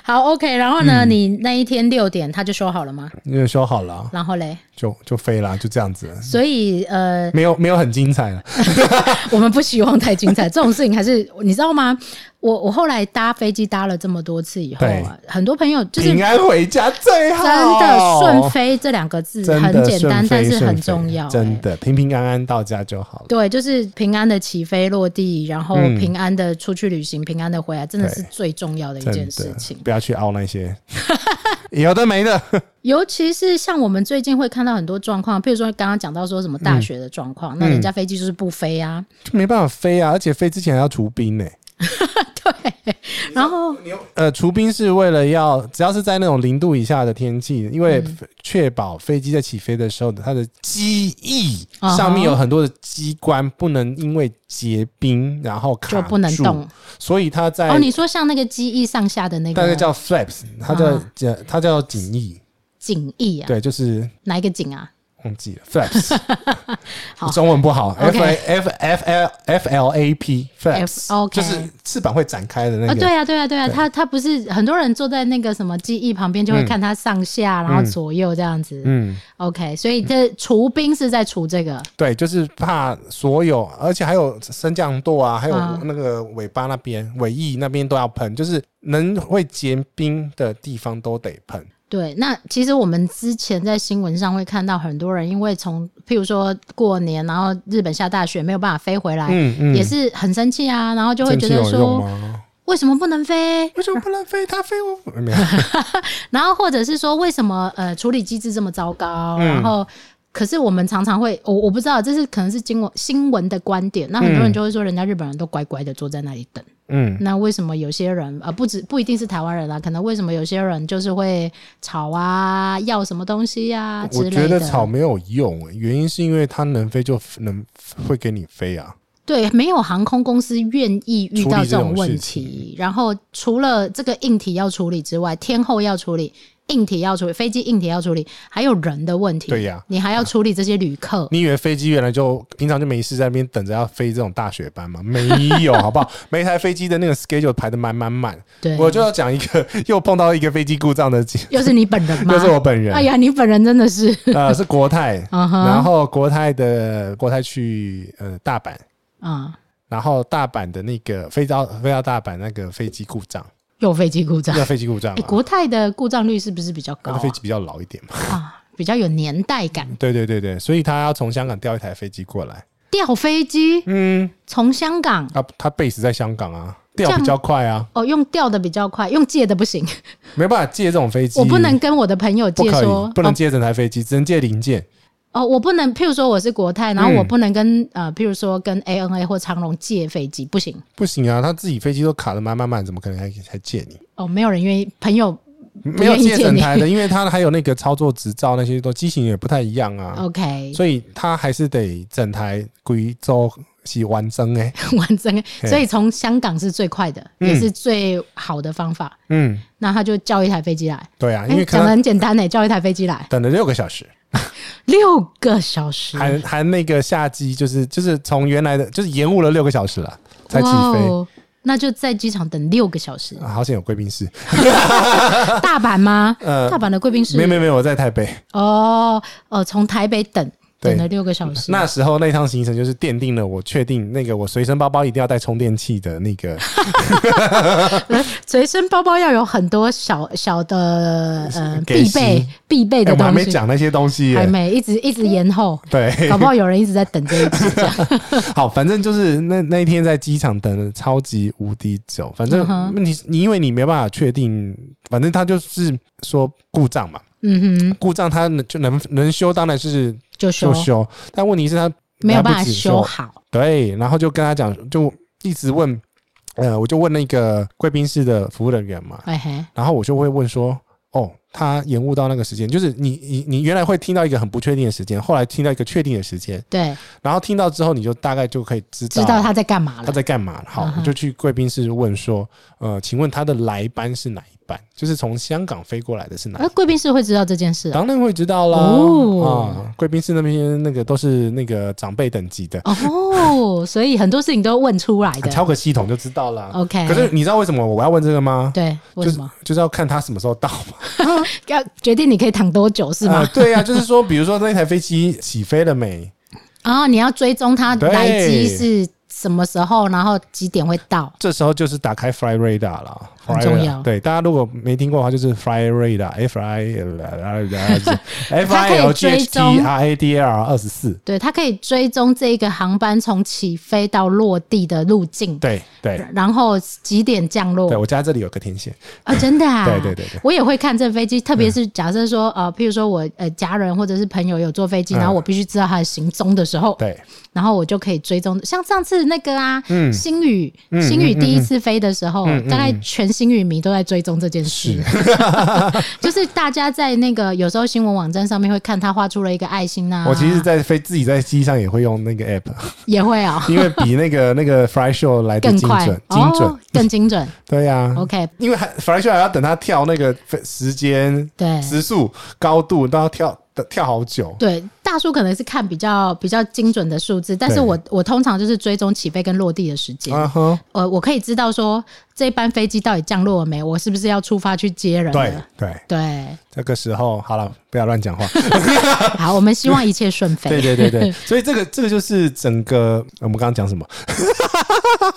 好，OK，然后嗯呢，你那一天六点他就修好了吗？因为修好了啊然后嘞，就就飞了啊，就这样子，所以呃，没有没有很精彩了。我们不希望太精彩，这种事情还是你知道吗？我我后来搭飞机搭了这么多次以后啊，很多朋友就是平安回家最好，真的顺，飞这两个字哦真很的简单，顺飞但是顺很飞重要、真欸的平平安安到家就好了。对，就是平安的起飞落地，然后嗯平安的出去旅行，平安的回来，真的对是最重要的一真件的事情。不要去熬那些 有的没的，尤其是像我们最近会看到很多状况，譬如说刚刚讲到说什么嗯大学的状况，那人家飞机就是不飞啊， 就没办法飞啊！而且飞之前还要除冰呢、对，然后呃，除冰是为了要，只要是在那种零度以下的天气，因为嗯确保飞机在起飞的时候，它的机翼啊哈上面有很多的机关，不能因为结冰然后卡就不能住动。所以它在哦，你说像那个机翼上下的那大概个叫 flaps，它叫、呃它叫襟翼，颈翼啊，对，就是哪一个颈啊？忘记了 flaps， 好中文不好 OK ，f a f f l f l a p flaps， F- OK 就是翅膀会展开的那啊，个。对啊，对啊，对啊，他他不是很多人坐在那个什么机翼旁边，就会看他上下，然后左右这样子。嗯， OK，所以这除冰是在除这个对，就是怕所有，而且还有升降舵啊，还有啊那个尾巴那边、尾翼那边都要喷，就是能会结冰的地方都得喷。对。那其实我们之前在新闻上会看到很多人，因为从譬如说过年，然后日本下大雪没有办法飞回来，嗯嗯也是很生气啊，然后就会蒸觉汽得有用说吗？为什么不能飞？为什么不能飞？它飞我 没有。然后或者是说为什么呃处理机制这么糟糕，嗯然后。可是我们常常会，我我不知道，这是可能是经文新闻的观点。那很多人就会说，人家日本人都乖乖的坐在那里等。嗯，那为什么有些人呃，不止不一定是台湾人啊，可能为什么有些人就是会吵啊，要什么东西啊之我类的？觉得草没有用、原因是因为它能飞就能会给你飞啊。对，没有航空公司愿意遇处到理这种种问事题。然后除了这个硬体要处理之外，天后要处理，硬体要处理，飞机硬体要处理，还有人的问题。对呀啊你还要处理这些旅客。你以为飞机原来就平常就没事在那边等着要飞这种大雪班吗？没有，好不好？每一台飞机的那个 schedule 排的满满满。对，啊我就要讲一个，又碰到一个飞机故障的经，又是你本人吗？又是我本人。哎呀，你本人真的是， 呃，是国泰，嗯哼然后国泰的国泰去呃大阪，啊、然后大阪的那个飞到飞到大阪那个飞机故 障，又飞机故障。那飞机故障哎，嘛，国泰的故障率是不是比较高啊那个？飞机比较老一点嘛，啊，比较有年代感。对对对对，所以他要从香港调一台飞机过来，调飞机嗯，从香港啊，他 base 在香港啊，这调样比较快啊，哦，用调的比较快，用借的不行。没办法借这种飞机，我不能跟我的朋友不借可说以，不能借整台飞机，只能借零件。哦，我不能，譬如说我是国泰，然后嗯我不能跟、呃，譬如说跟 ANA 或长龙借飞机，不行。不行啊，他自己飞机都卡的满满满，怎么可能还还借你？哦，没有人愿意，朋友没有愿意借借整你台的，因为他还有那个操作执照那些都机型也不太一样啊， OK 所以他还是得整台贵州是完 整哎、完整，嘿所以从香港是最快的，嗯也是最好的方法。嗯，那他就叫一台飞机来，对啊，因哎，为可讲的能很简单呢，叫一台飞机来，等了六个小时，六个小时，含含那个下机，就是就是从原来的就是延误了六个小时了才起哇飞。哦，那就在机场等六个小时。啊好险有贵宾室，大阪吗？ 呃大阪的贵宾室没有没有没有，我在台北。哦哦，从台北等对等了六个小时，那时候那趟行程就是奠定了我确定那个我随身包包一定要带充电器的那个 随身包包要有很多小小的呃给必息备必备哎的我还东没西，讲那些东西耶、还没一直一直延后，对，搞不好有人一直在等这一集这样。好，反正就是那那一天在机场等了超级无敌久，反正嗯哼问题是你因为你没办法确定，反正他就是说故障嘛，嗯哼，故障他能就能能修当然是就就修修，但问题是他没有办来法不及修好，对，然后就跟他讲，就一直问，呃，我就问那个贵宾室的服务人员嘛，哎嘿，然后我就会问说，哦，他延误到那个时间，就是你你你原来会听到一个很不确定的时间，后来听到一个确定的时间，对，然后听到之后你就大概就可以知道知道他在干嘛他了。在干嘛？好嗯，哼我就去贵宾室问说，呃，请问他的来班是哪一班？就是从香港飞过来的是哪那一？贵宾室会知道这件事啊？当然会知道啦。哦啊，贵宾室那边那个都是那个长辈等级的，啊哦，所以很多事情都问出来敲的。个系统就知道啦。 OK，可是你知道为什么我要问这个吗？哦对，为什就是么就是要看他什么时候到嘛？要决定你可以躺多久是啊吗？ 对啊，就是说，比如说那台飞机起飞了没？然后你要追踪他对来机是什么时候，然后几点会到。这时候就是打开 Fly Radar 啦，很 Fly 重 Radar，要对，大家如果没听过的话，就是 Fly Radar，F I F 它 I 可以 L G 追 H 踪 T R A D R 二十四，对，它可以追踪这一个航班从起飞到落地的路径，对对然后几点降落对，我家这里有个天线，啊、真的啊！对对对对嗯我也会看这飞机，特别是假设说呃，譬如说我呃家人或者是朋友有坐飞机，嗯然后我必须知道他的行踪的时候，对，然后我就可以追踪。像上次那个啊，嗯星宇嗯星宇嗯第一次飞的时候，嗯嗯大概全星宇迷都在追踪这件事， 就是大家在那个有时候新闻网站上面会看他画出了一个爱心啊，我其实，在飞自己在机上也会用那 个 app，也会啊、因为比 那个那个 Fly Show 来的更精快准，精准哦，，更精 准。对呀， OK，因为还 Fly Show 还要等它跳那个飞时间、对时速、高度都要跳跳好久，对，大叔可能是看比较比较精准的数字，但是对我我通常就是追踪起飞跟落地的时间，嗯哼，呃，我可以知道说这班飞机到底降落了没，我是不是要出发去接人对了？对，对，这个时候好了，不要乱讲话。好，我们希望一切顺 飞。对对对对，所以这个这个就是整个我们刚刚 讲什么？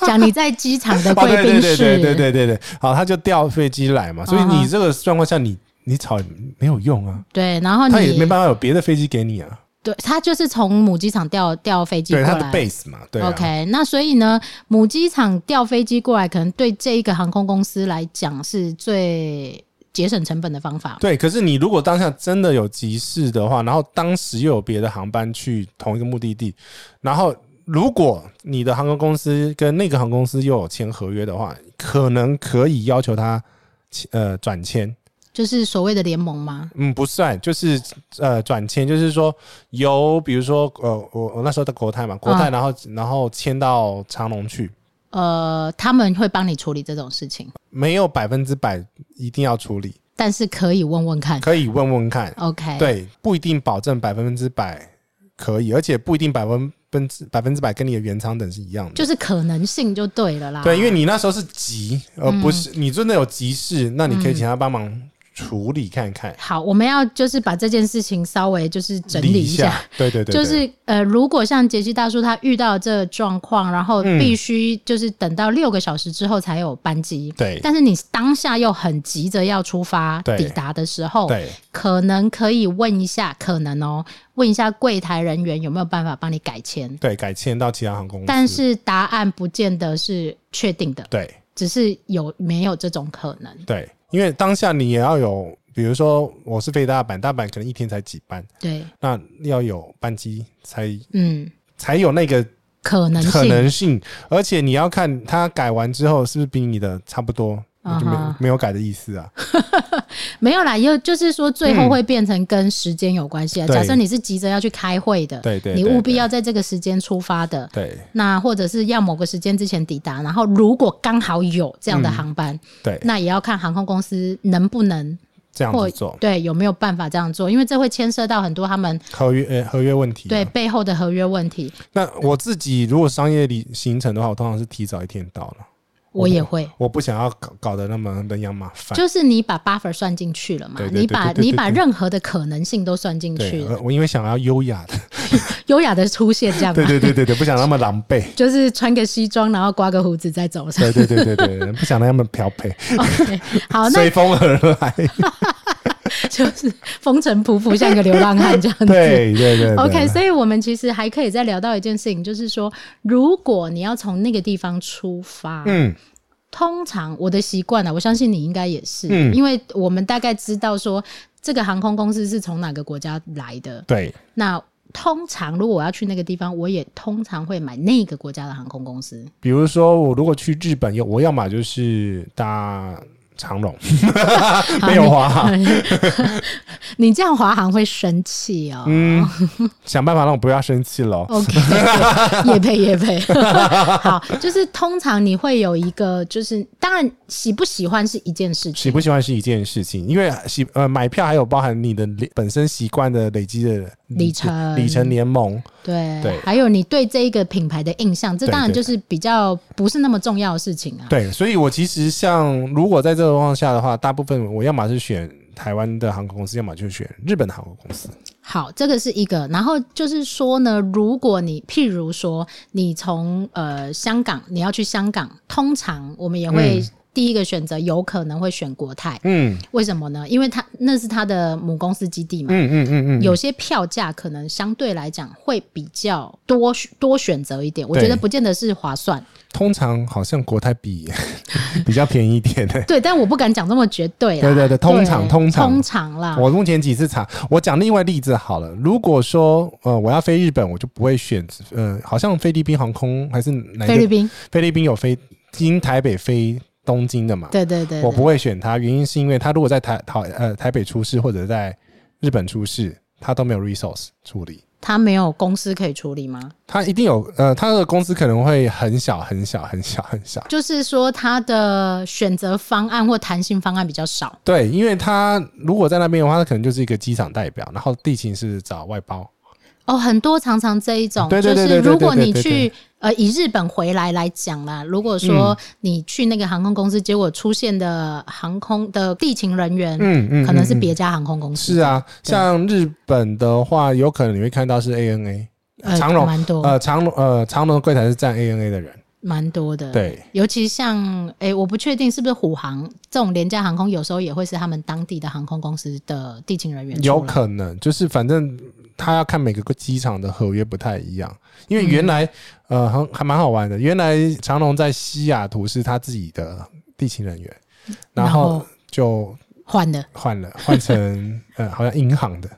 讲你在机场的哦，对贵对宾对对对室，对对对，好，他就调飞机来嘛，所以嗯你哼这个状况下，你你吵也没有用啊，对，然后他也没哦你办法有别的飞机给你啊，对他就是从母机场调调飞机对过他的来。 base 嘛，对啊， OK，那所以呢，母机场调飞机过来，可能对这一个航空公司来讲是最节省成本的方法。对。可是你如果当下真的有急事的话，然后当时又有别的航班去同一个目的地，然后如果你的航空公司跟那个航空公司又有签合约的话，可能可以要求他呃转签。就是所谓的联盟吗？嗯，不算，就是呃转签，就是说由比如说呃我我那时候的国泰嘛，国嗯泰然后、然后签到长隆去，呃，他们会帮你处理这种事情，没有百分之百一定要处理，但是可以问问看。可以问问看， OK，，对，不一定保证百分之百可以，而且不一定百分分之百分之百跟你的原仓等是一样的。就是可能性就对了啦。对，因为你那时候是急，而不嗯是、你真的有急事，那你可以请他帮忙处理看看，好，我们要就是把这件事情稍微就是整理理一下下。，对对对就对是呃，如果像杰西大叔他遇到这个状况，然后嗯必须就是等到六个小时之后才有班机，对但是你当下又很急着要出发对抵达的时候，对可能可以问一下，可能哦，问一下柜台人员有没有办法帮你改签，对，改签到其他航空公司，但是答案不见得是确定的，对。只是有没有这种可能？对，因为当下你也要有，比如说我是飞大阪，大阪可能一天才几班，对，那要有班机才嗯，才有那个可能性，可能性，而且你要看它改完之后是不是比你的差不多，你就没啊哈没有改的意思啊。没有啦，也有就是说最后会变成跟时间有关系啊。对假设你是急着要去开会的，对 对你对务必对要在这个时间出发的，对那或者是要某个时间之前抵达，然后如果刚好有这嗯样的航班，对，那也要看航空公司能不能这样或子做对有没有办法这样做，因为这会牵涉到很多他们合约呃合约问题、对，背后的合约问题。那我自己如果商业里行程的话，我通常是提早一天到了，我也会，我不想要搞搞得那么人仰马翻。就是你把 buffer 算进去了嘛对，对你对把对对你把对任何的可能性都算进去对，了，呃我因为想要优雅 的，优雅的出现这样对嘛，对对对对，不想那么狼狈，就是穿个西装，然后刮个胡子再 走上。对对对对对，对不想那么漂配， OK，好，那随风而来。就是风尘仆仆，像个流浪汉这样子。对对对对 OK，对所以我们其实还可以再聊到一件事情，就是说，如果你要从那个地方出发，嗯，通常我的习惯呢，我相信你应该也是，嗯因为我们大概知道说这个航空公司是从哪个国家来的。对那通常如果我要去那个地方，我也通常会买那个国家的航空公司。比如说我如果去日本，有我要么就是搭长龙， 没有花， 你这样华航会生气哦。嗯，想办法让我不要生气喽。 OK，也配也配。 好，就是通常你会有一个，就是当然喜不喜欢是一件事喜情，不喜欢是一件事情，因为喜呃买票还有包含你的累本身习惯的累积的里程里程联盟，对，对还有你对这一个品牌的印象，这对当然对就是比较不是那么重要的事情啊。对，所以我其实像如果在这个状况下的话，大部分我要么是选台湾的航空公司，要么就选日本的航空公司。好，这个是一个。然后就是说呢，如果你譬如说你从呃香港你要去香港，通常我们也会第一个选择有可能会选国泰，嗯为什么呢？因为它那是它的母公司基地嘛。嗯嗯嗯嗯，有些票价可能相对来讲会比较多多选择一点，我觉得对不见得是划算。通常好像国泰比 比较便宜一点的、对，但我不敢讲这么绝对啦。对对对通常通常通常啦。我目前几次查，我讲另外例子好了。如果说呃我要飞日本，我就不会选呃，好像菲律宾航空还是哪一个菲律宾，菲律宾有飞经台北飞东京的嘛？对对对我对不会选它，原因是因为它如果在台台呃台北出事或者在日本出事，它都没有 resource 处理。他没有公司可以处理吗？它一定有呃，它的公司可能会很小很小很小很小。就是说，他的选择方案或弹性方案比较少。对，因为它如果在那边的话，它可能就是一个机场代表，然后地勤是找外包。哦，很多常常这一种，对就对对是对对如果对你对对嗯去呃以日本回来来讲啦，如果说你去那个航空公司，结果出现的航空的地勤人员，嗯嗯，可能是嗯嗯别家航空公司，是啊，对像日本的话，有可能你会看到是 ANA 呃，长荣蛮多，呃长荣呃长荣的柜台是占 ANA 的人，蛮多的，。对。尤其像诶、我不确定是不是虎航这种廉价航空，有时候也会是他们当地的航空公司的地勤人员出来有可能，就是反正他要看每个机场的合约不太一样，因为原来、嗯呃很还蛮好玩的，原来长隆在西雅图是他自己的地勤人员，然然后后就换 的换了，换成呃好像银行的，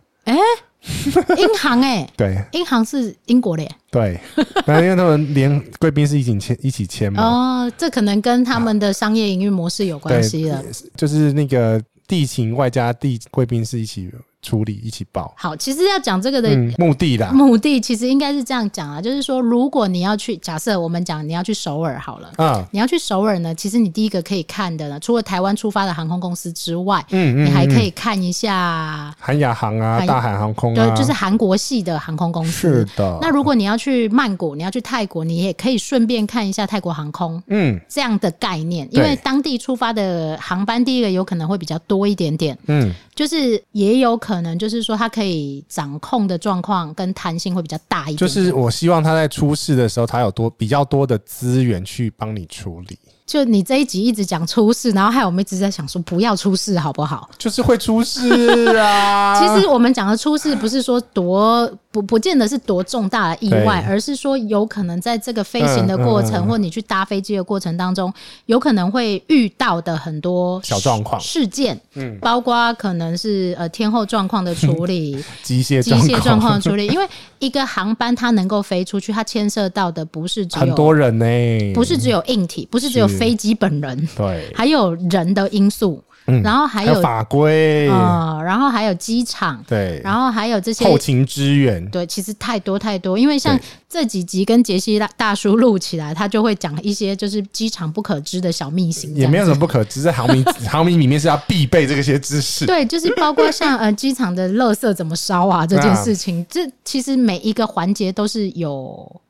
英航诶、对英航是英国的耶、 对，然后因为他们连贵宾是一起签一起签嘛，哦，这可能跟他们的商业营运模式有关系了。就是那个地勤外加地贵宾是一起处理一起报，好，其实要讲这个的嗯，目的啦，目的，其实应该是这样讲啊，就是说，如果你要去，假设我们讲你要去首尔好了，啊，你要去首尔呢，其实你第一个可以看的呢，除了台湾出发的航空公司之外，嗯嗯，你还可嗯以看一下，韩亚航啊，韩大韩航空对，啊，就是韩国系的航空公是司。的，那如果你要去曼谷，你要去泰国，你也可以顺便看一下泰国航空嗯这样的概念，因对为当地出发的航班，第一个有可能会比较多一点点，嗯，就是也有可能就是说它可以掌控的状况跟弹性会比较大一点点，就是我希望他在出事的时候，他有多比较多的资源去帮你处理。就你这一集一直讲出事，然后害我们一直在想说不要出事好不好？就是会出事啊。其实我们讲的出事不是说多不不见得是多重大的意外，对而是说有可能在这个飞行的过程、嗯嗯嗯或你去搭飞机的过程当中，有可能会遇到的很多小状况事件，嗯，包括可能是呃天后状况的处 理。机 械机械状况的处理，因为一个航班它能够飞出去，它牵涉到的不是只很有多人呢、不是只有硬体，不是只有是飞机本人，对，还有人的因素，然后嗯还还有有法规、呃，然后还有机场，对，然后还有这些后勤支援，对，其实太多太多，因为像对这几集跟杰西大大叔录起来，他就会讲一些就是机场不可知的小秘辛，也没有什么。不可知，在航 迷航迷里面是要必备这些知识。对，就是包括 像呃机场的垃圾怎么烧啊这件事情，这其实每一个环节都是有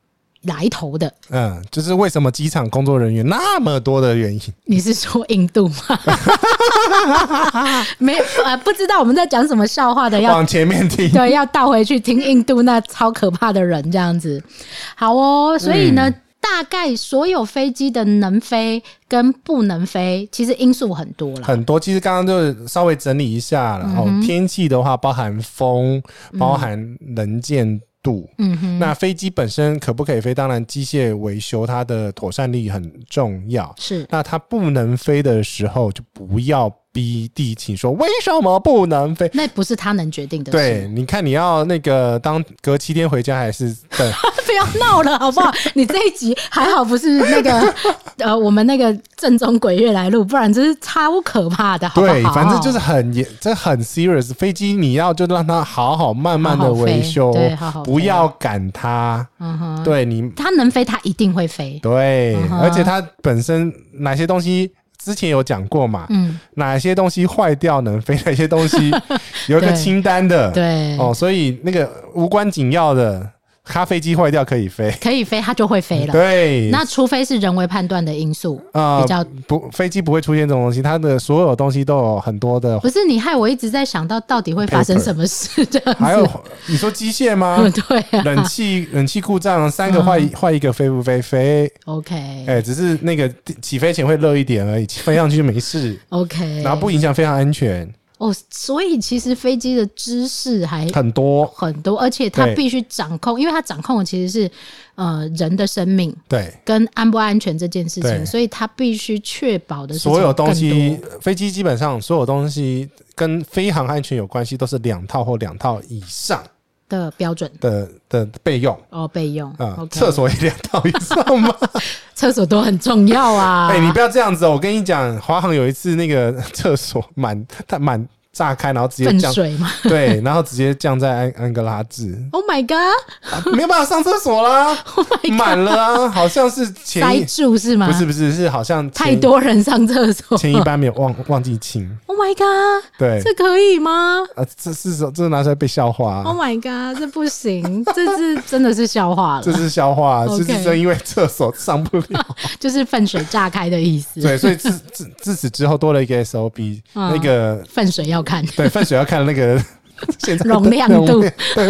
来头 的。嗯，就是为什么机场工作人员那么多的原因。你是说印度吗？ 没呃，不知道我们在讲什么笑话的，要往前面 听，对，要倒回去听印度那超可怕的人这样子。好哦，所以嗯呢，大概所有飞机的能飞跟不能飞，其实因素很多啦。很多。其实刚刚就稍微整理一下嗯了。哦，天气的话，包含风，包含能见度。嗯哼，那飞机本身可不可以飞？当然，机械维修它的妥善力很重要。是那它不能飞的时候，就不要逼地勤说为什么不能飞。那不是他能决定的对，事。你看你要那个当隔七天回家，还是等 不要闹了，好不好？你这一集还好不是那个呃，我们那个正宗鬼月来录，不然真是超可怕的，好不好？对，反正就是很严，这很 serious。飞机你要就让它好好慢慢好的好飞维修，对好好飞不要赶它。嗯哼，对你他能飞，他一定会飞。对，嗯哼而且它本身哪些东西之前有讲过嘛？嗯，哪些东西坏掉能飞，哪些 东西有一个对清单的。对，哦，所以那个无关紧要的，咖啡机坏掉可以飞。可以飞，他就会飞了。对，那除非是人为判断的因素，啊比较不，飞机不会出现这种东西，它的所有东西都有很多的不是你害我一直在想到到底会发生什么事这样子。还有，你说机械吗？ 对啊嗯冷气 冷气故障，三个坏坏一个飞不飞？飞， ，OK 哎、只是那个起飞前会热一点而已，飞上去就没事， OK，然后不影响非常安全，哦，所以其实飞机的知识还很多很多，而且它对必须掌控，因为它掌控的其实是呃人的生命对。跟安不安全这件事情，对所以它必须确保的事情所有东更西多，飞机基本上所有东西跟飞行安全有关系，都是两套或两套以上的标准的的备用哦备用啊。 OK 厕、所也两套以上吗？厕所都很重要啊。 哎、你不要这样子哦！我跟你讲，华航有一次那个 厕所满它满炸开，然后直接粪降水嘛对，然后直接降在安安哥拉 治， ？Oh my god！啊没有办法上厕 所啦，满了啊，好像是前 Oh 塞一住是吗？不是不是是好像前太多人上厕所。前一班没有忘忘记清， Oh my god！对这可以吗？啊，这是这这拿出来被笑话啊、 Oh my god，这不行，这是真的是笑话这了，是笑话啊，就 OK 是真因为厕所上不 了，就是粪水炸开的意思。对，所以自自自此之后多了一个 SOP，、嗯那个粪水要看，对粪水要看那个 现在的容量 度对，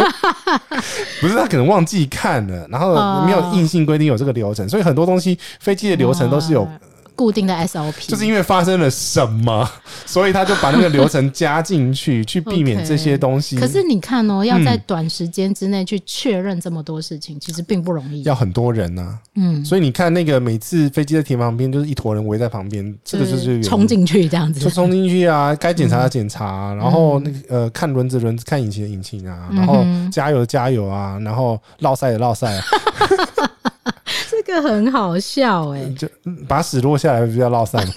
不是他可能忘记看了，然后哦没有硬性规定有这个流程，所以很多东西飞机的流程都是有啊固定的 SOP，就是因为发生了什么， 所以他就把那个流程加进去，去避免这些东西。可是你看嗯哦，要在短时间之内去确认这么多事情，其实并不容易。要很多人呢、嗯，所以你看那个每次飞机在停旁边，就是一坨人围在旁边，这个就是原因冲，进去嗯这样就子。冲进去啊，该检查的检查，啊然后那个呃看轮子轮子看引擎的引擎啊，嗯然后加油加油啊，然后绕赛的啊绕赛，这个很好笑哎、就嗯把屎落下来比较绕赛嘛。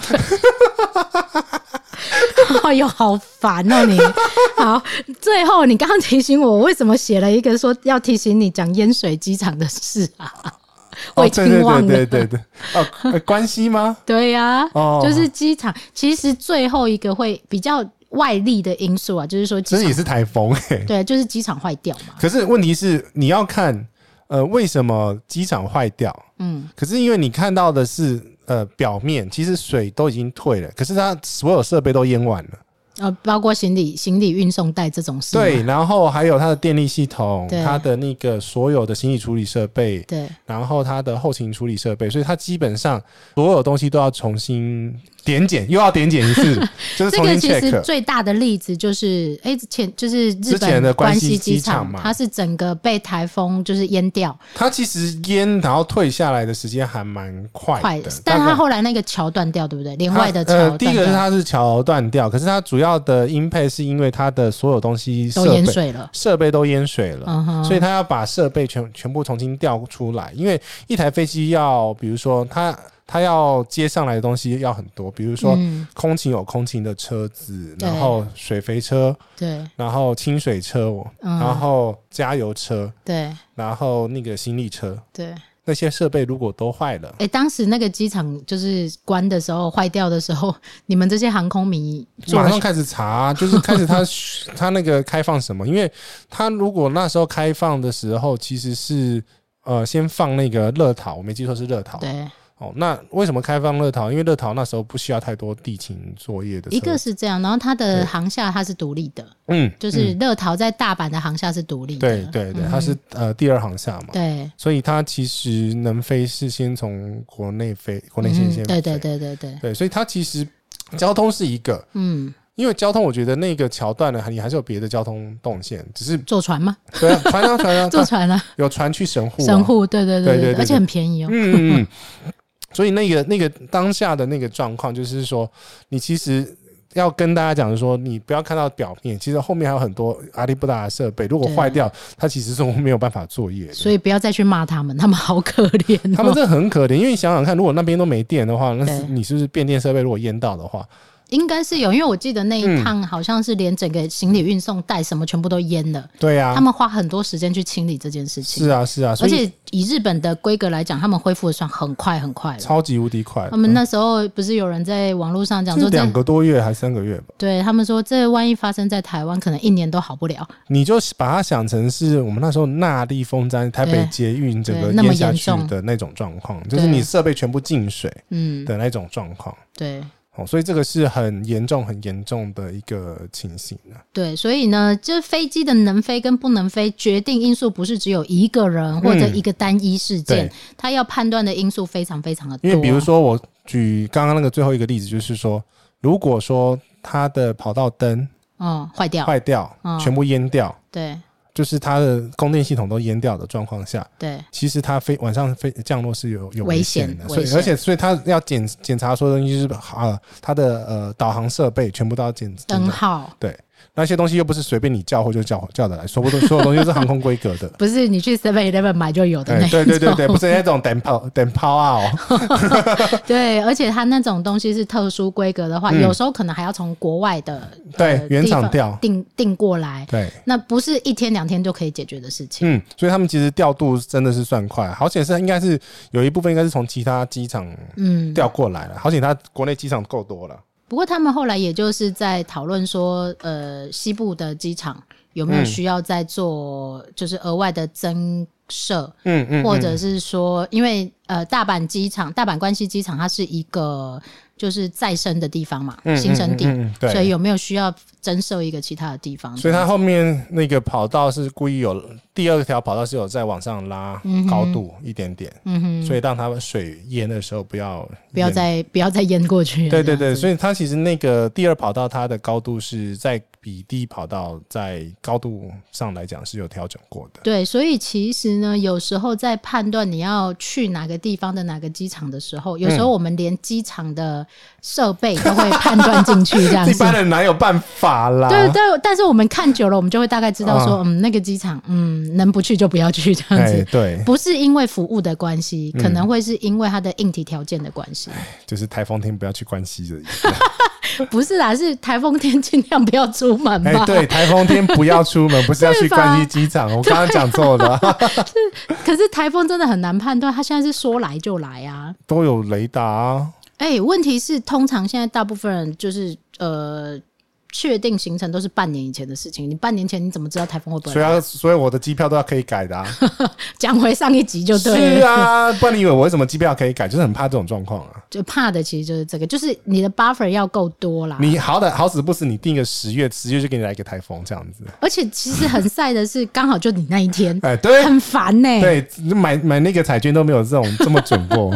哎呦，好烦哦你！ 好，最后你刚刚提醒我，我为什么写了一个说要提醒你讲淹水机场的事啊？我哦，已对对经忘了。对对对对，哦，呃 关系吗？对呀、哦就是机场。其实最后一个会比较外力的因素啊，就是说其机实也场是台风哎、 对，就是机场坏掉嘛。可是问题是，你要看呃为什么机场坏掉？嗯，可是因为你看到的是呃表面，其实水都已经退了，可是它所有设备都淹完了，呃，包括行李行李运送带这种事吗。对，然后还有它的电力系统，对它的那个所有的行李处理设备，对，然后它的后勤处理设备，所以它基本上所有东西都要重新点检，又要点检 一次，就是这重个新其实 check。最大的例子就是，哎、前就是日之前本的关关西西机机场场嘛，它是整个被台风就是淹掉，它其实淹然后退下来的时间还蛮快快的，，但大它概后来那个桥断掉，对不对？连它外的桥断掉、呃，第一个是它是桥断掉，可是它主要的音配是因为它的所有东西设都淹备水了，设备都淹水了。嗯哼，所以他要把设备全全部重新调出来，因为一台飞机要，比如说它它要接上来的东西要很多，比如说嗯、空勤有空勤的车子，对然后水肥车，对，然后清水车，嗯然后加油车，对然后那个行李车，对，哎、那些设备如果都坏了，当时那个机场就是关的时候，坏掉的时候，你们这些航空迷做马了上开 始查，就是开始他 他那个开放什么？因为他如果那时候开放的时候，其实是呃先放那个热陶，我没记错是热陶。对，哦，那为什么开放乐桃？因为乐桃那时候不需要太多地勤作业的车。一个是这样，然后它的对航厦它是独立的，嗯，就是嗯乐桃在大阪的航厦是独立的，对对对，嗯它是呃第二航厦嘛，对。所以它其实能飞是先从国内飞，国内线嗯先对飞。对对对对，对，所以它其实交通是一个，嗯，因为交通我觉得那个桥段呢，你还是有别的交通动线，只是坐船吗？对啊， 船啊船 啊，坐船船啊，有船去神户、啊，神户，对对对对对对对而且很便宜哦。嗯，嗯嗯，所以那个那个当下的那个状况，就是说，你其实要跟大家讲说，你不要看到表面，其实后面还有很多阿里不达的设备，如果对坏掉，它其实是没有办法作业的。所以不要再去骂他们，他们好可怜、哦。他们真的很可怜，因为你想想看，如果那边都没电的话，那是对你是不是变电设备如果淹到的话，应该是有，因为我记得那一嗯趟好像是连整个行李运送带什么全部都淹了，对呀、他们花很多时间去清理这件事情。啊是啊是啊，所而以且以日本的规格来讲，他们恢复的算很快很快了。超级无敌快。他们那时候不是有人在网络上讲就说是这两，个多月还三个月吧，对他们说这万一发生在台湾，可能一年都好不了。你就把它想成是我们那时候那地风灾、台北对捷运整个对那么淹下严去重的那种状况，就是对你设备全部进水，嗯，的那种状况对哦，所以这个是很严重、很严重的一个情形啊。对，所以呢，这飞机的能飞跟不能飞，决定因素不是只有一个人或者一个单一事件，嗯对他要判断的因素非常非常的多。因为比如说，我举刚刚那个最后一个例子，就是说，如果说它的跑道灯嗯，坏掉，坏掉，嗯全部淹掉，对就是它的供电系统都淹掉的状况下，对其实它飞晚上飞降落是有有危险险的，危所以险而且所以它要检检查所有东西，就是啊，它的呃导航设备全部都要检检灯查。号。那些东西又不是随便你叫或就叫叫得来，说不定所有东 西都是航空规格的。不是你去 Seven Eleven 买就有的那哎一对对对对，种不是那种等 抛等抛啊、呃哦，对而且它那种东西是特殊规格的话，嗯有时候可能还要从国外的对呃原地方厂调订订过来，对，那不是一天两天就可以解决的事情。嗯，所以他们其实调度真的是算快，好险是应该是有一部分应该是从其他机场嗯，调过来了，好险他国内机场够多了，不过他们后来也就是在讨论说，呃，西部的机场有没有嗯需要再做就是额外的增设，嗯嗯，或者是说，因为呃，大阪机场、大阪关西机场它是一个就是再生的地方嘛，嗯新生地，嗯嗯嗯嗯对，所以有没有需要增设一个其他的地方？所以它后面那个跑道是故意有第二条跑道是有再往上拉嗯哼高度一点点，嗯哼，所以让它水淹的时候不要不要淹再不要再淹过去。嗯对对对，所以以它其实那个第二跑道它的高度是在比第一跑道在高度上来讲是有调整过的。对，所以其实呢，有时候在判断你要去哪个地方的哪个机场的时候，有嗯时候我们连机场的设备都会判断进去，这样一 子。般人哪有办法啦？对对，但啊是我们看久了，我们就会大概知道说，啊嗯，那个机场，嗯，能不去就不要去这样哎子。对，不是因为服务的关系，嗯可能会是因为它的硬体条件的关系。就是台风天不要去关 西的意思。不是啦，是台风天尽量不要出门哎吧。，对，台风天不要出门，不是要去 对吧关西机场，我刚刚讲错了， 可是台风真的很难判断，它现在是说来就来啊。都有雷达啊。哎、问题是，通常现在大部分人就是呃，确定行程都是半年以前的事情。你半年前你怎么知道台风会不所以会来？要，所以我的机票都要可以改的、啊。讲回上一集就对是了，啊，不然你以为我为什么机票可以改？就是很怕这种状况啊。就怕的其实就是这个，就是你的 buffer 要够多啦。你好歹好死不死，你定个十月，十月就给你来一个台风这样子。而且其实很晒的是，刚好就你那一天， 哎， 对很烦呢、对，买买那个彩券都没有这种这么准过。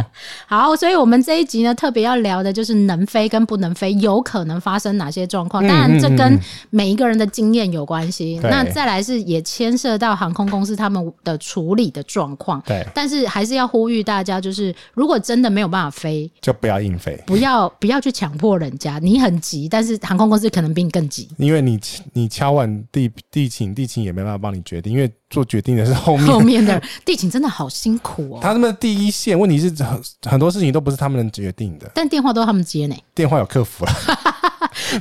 好，所以我们这一集呢，特别要聊的就是能飞跟不能飞，有可能发生哪些状况。当然，这跟每一个人的经验有关系。对那再来是也牵涉到航空公司他们的处理的状况。对，但是还是要呼吁大家，就是如果真的没有办法飞，就不要硬飞，不要不要去强迫人家。你很急，但是航空公司可能比你更急。因为你你敲完地地勤，地勤也没办法帮你决定，因为做决定的是后面。 后面的地勤真的好辛苦哦，嗯他们的第一线问题是很很多事情都不是他们能决定的，但电话都他们接呢。电话有客服啊了，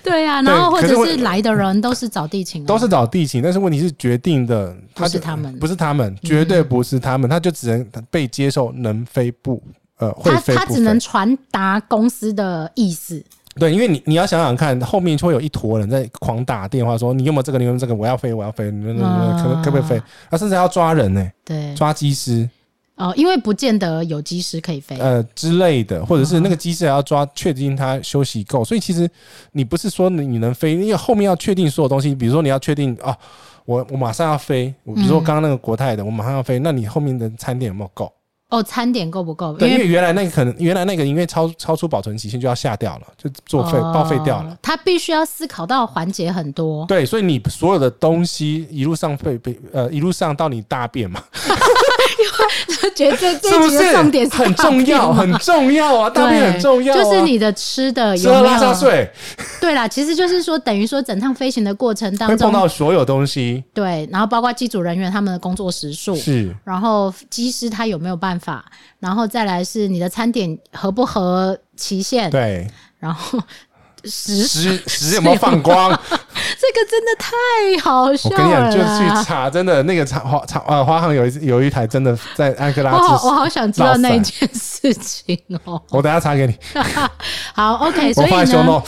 对啊，对然后或可是者我是来的人都是找地勤、哦，都是找地勤，但是问题是决定的不是就他们不是他们，绝对不是他们，他就只能被接受能飞不呃会他飞他不只飞能。传达公司的意思，对，因为你你要想想看，后面就会有一坨人在狂打电话说你有没有这个，你有没有这个，我要飞，我要飞，你们可不可不可以飞？啊，甚至还要抓人呢、对抓机师哦，因为不见得有机师可以飞，呃之类的，或者是那个机师还要抓，确定他休息够。所以其实你不是说你能飞，因为后面要确定所有东西，比如说你要确定啊，我我马上要飞，我比如说刚刚那个国泰的，我马上要飞，那你后面的餐点有没有够？哦，餐点够不够？对，因为原来那个可能原来那个因为超超出保存期限就要下掉了，就作废报废掉了。哦，他必须要思考到环节很多，对，所以你所有的东西一路上被被呃一路上到你大便嘛，觉得这 是这不一集的是重点很重要？很重要啊，大便很重要、啊，就是你的吃的吃有喝没拉撒有？睡对啦，其实就是说，等于说整趟飞行的过程当会碰中，到所有东西，对，然后包括机组人员他们的工作时数，是然后机师他有没有办法，然后再来是你的餐点合不合期限，对然后呃时屎屎嗯有没有放 光？这个真的太好笑我跟你了讲，就去啦！查，真的那个查华查呃华航有一有一台真的在安哥我拉好，之我好想知道那一件事情哦。我等一下查给你， 好，OK，我哦所以放在胸呢，诺。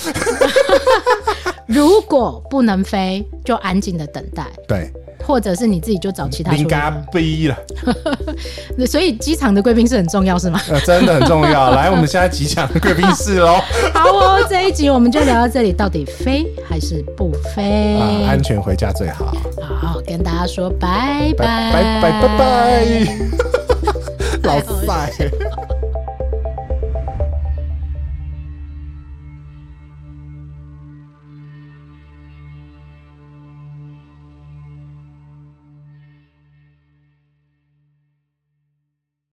如果不能飞，就安静的等待，对，或者是你自己就找其他出零路嘎了。逼了，所以机场的贵宾是很重要， 是吗？呃，真的很 重要。来，我们现在即将贵宾室喽，好哦，这一集我们就聊到这里，到底飞还是不飞？啊，安全回家最好。好，跟大家说拜 拜拜拜拜拜，老帅。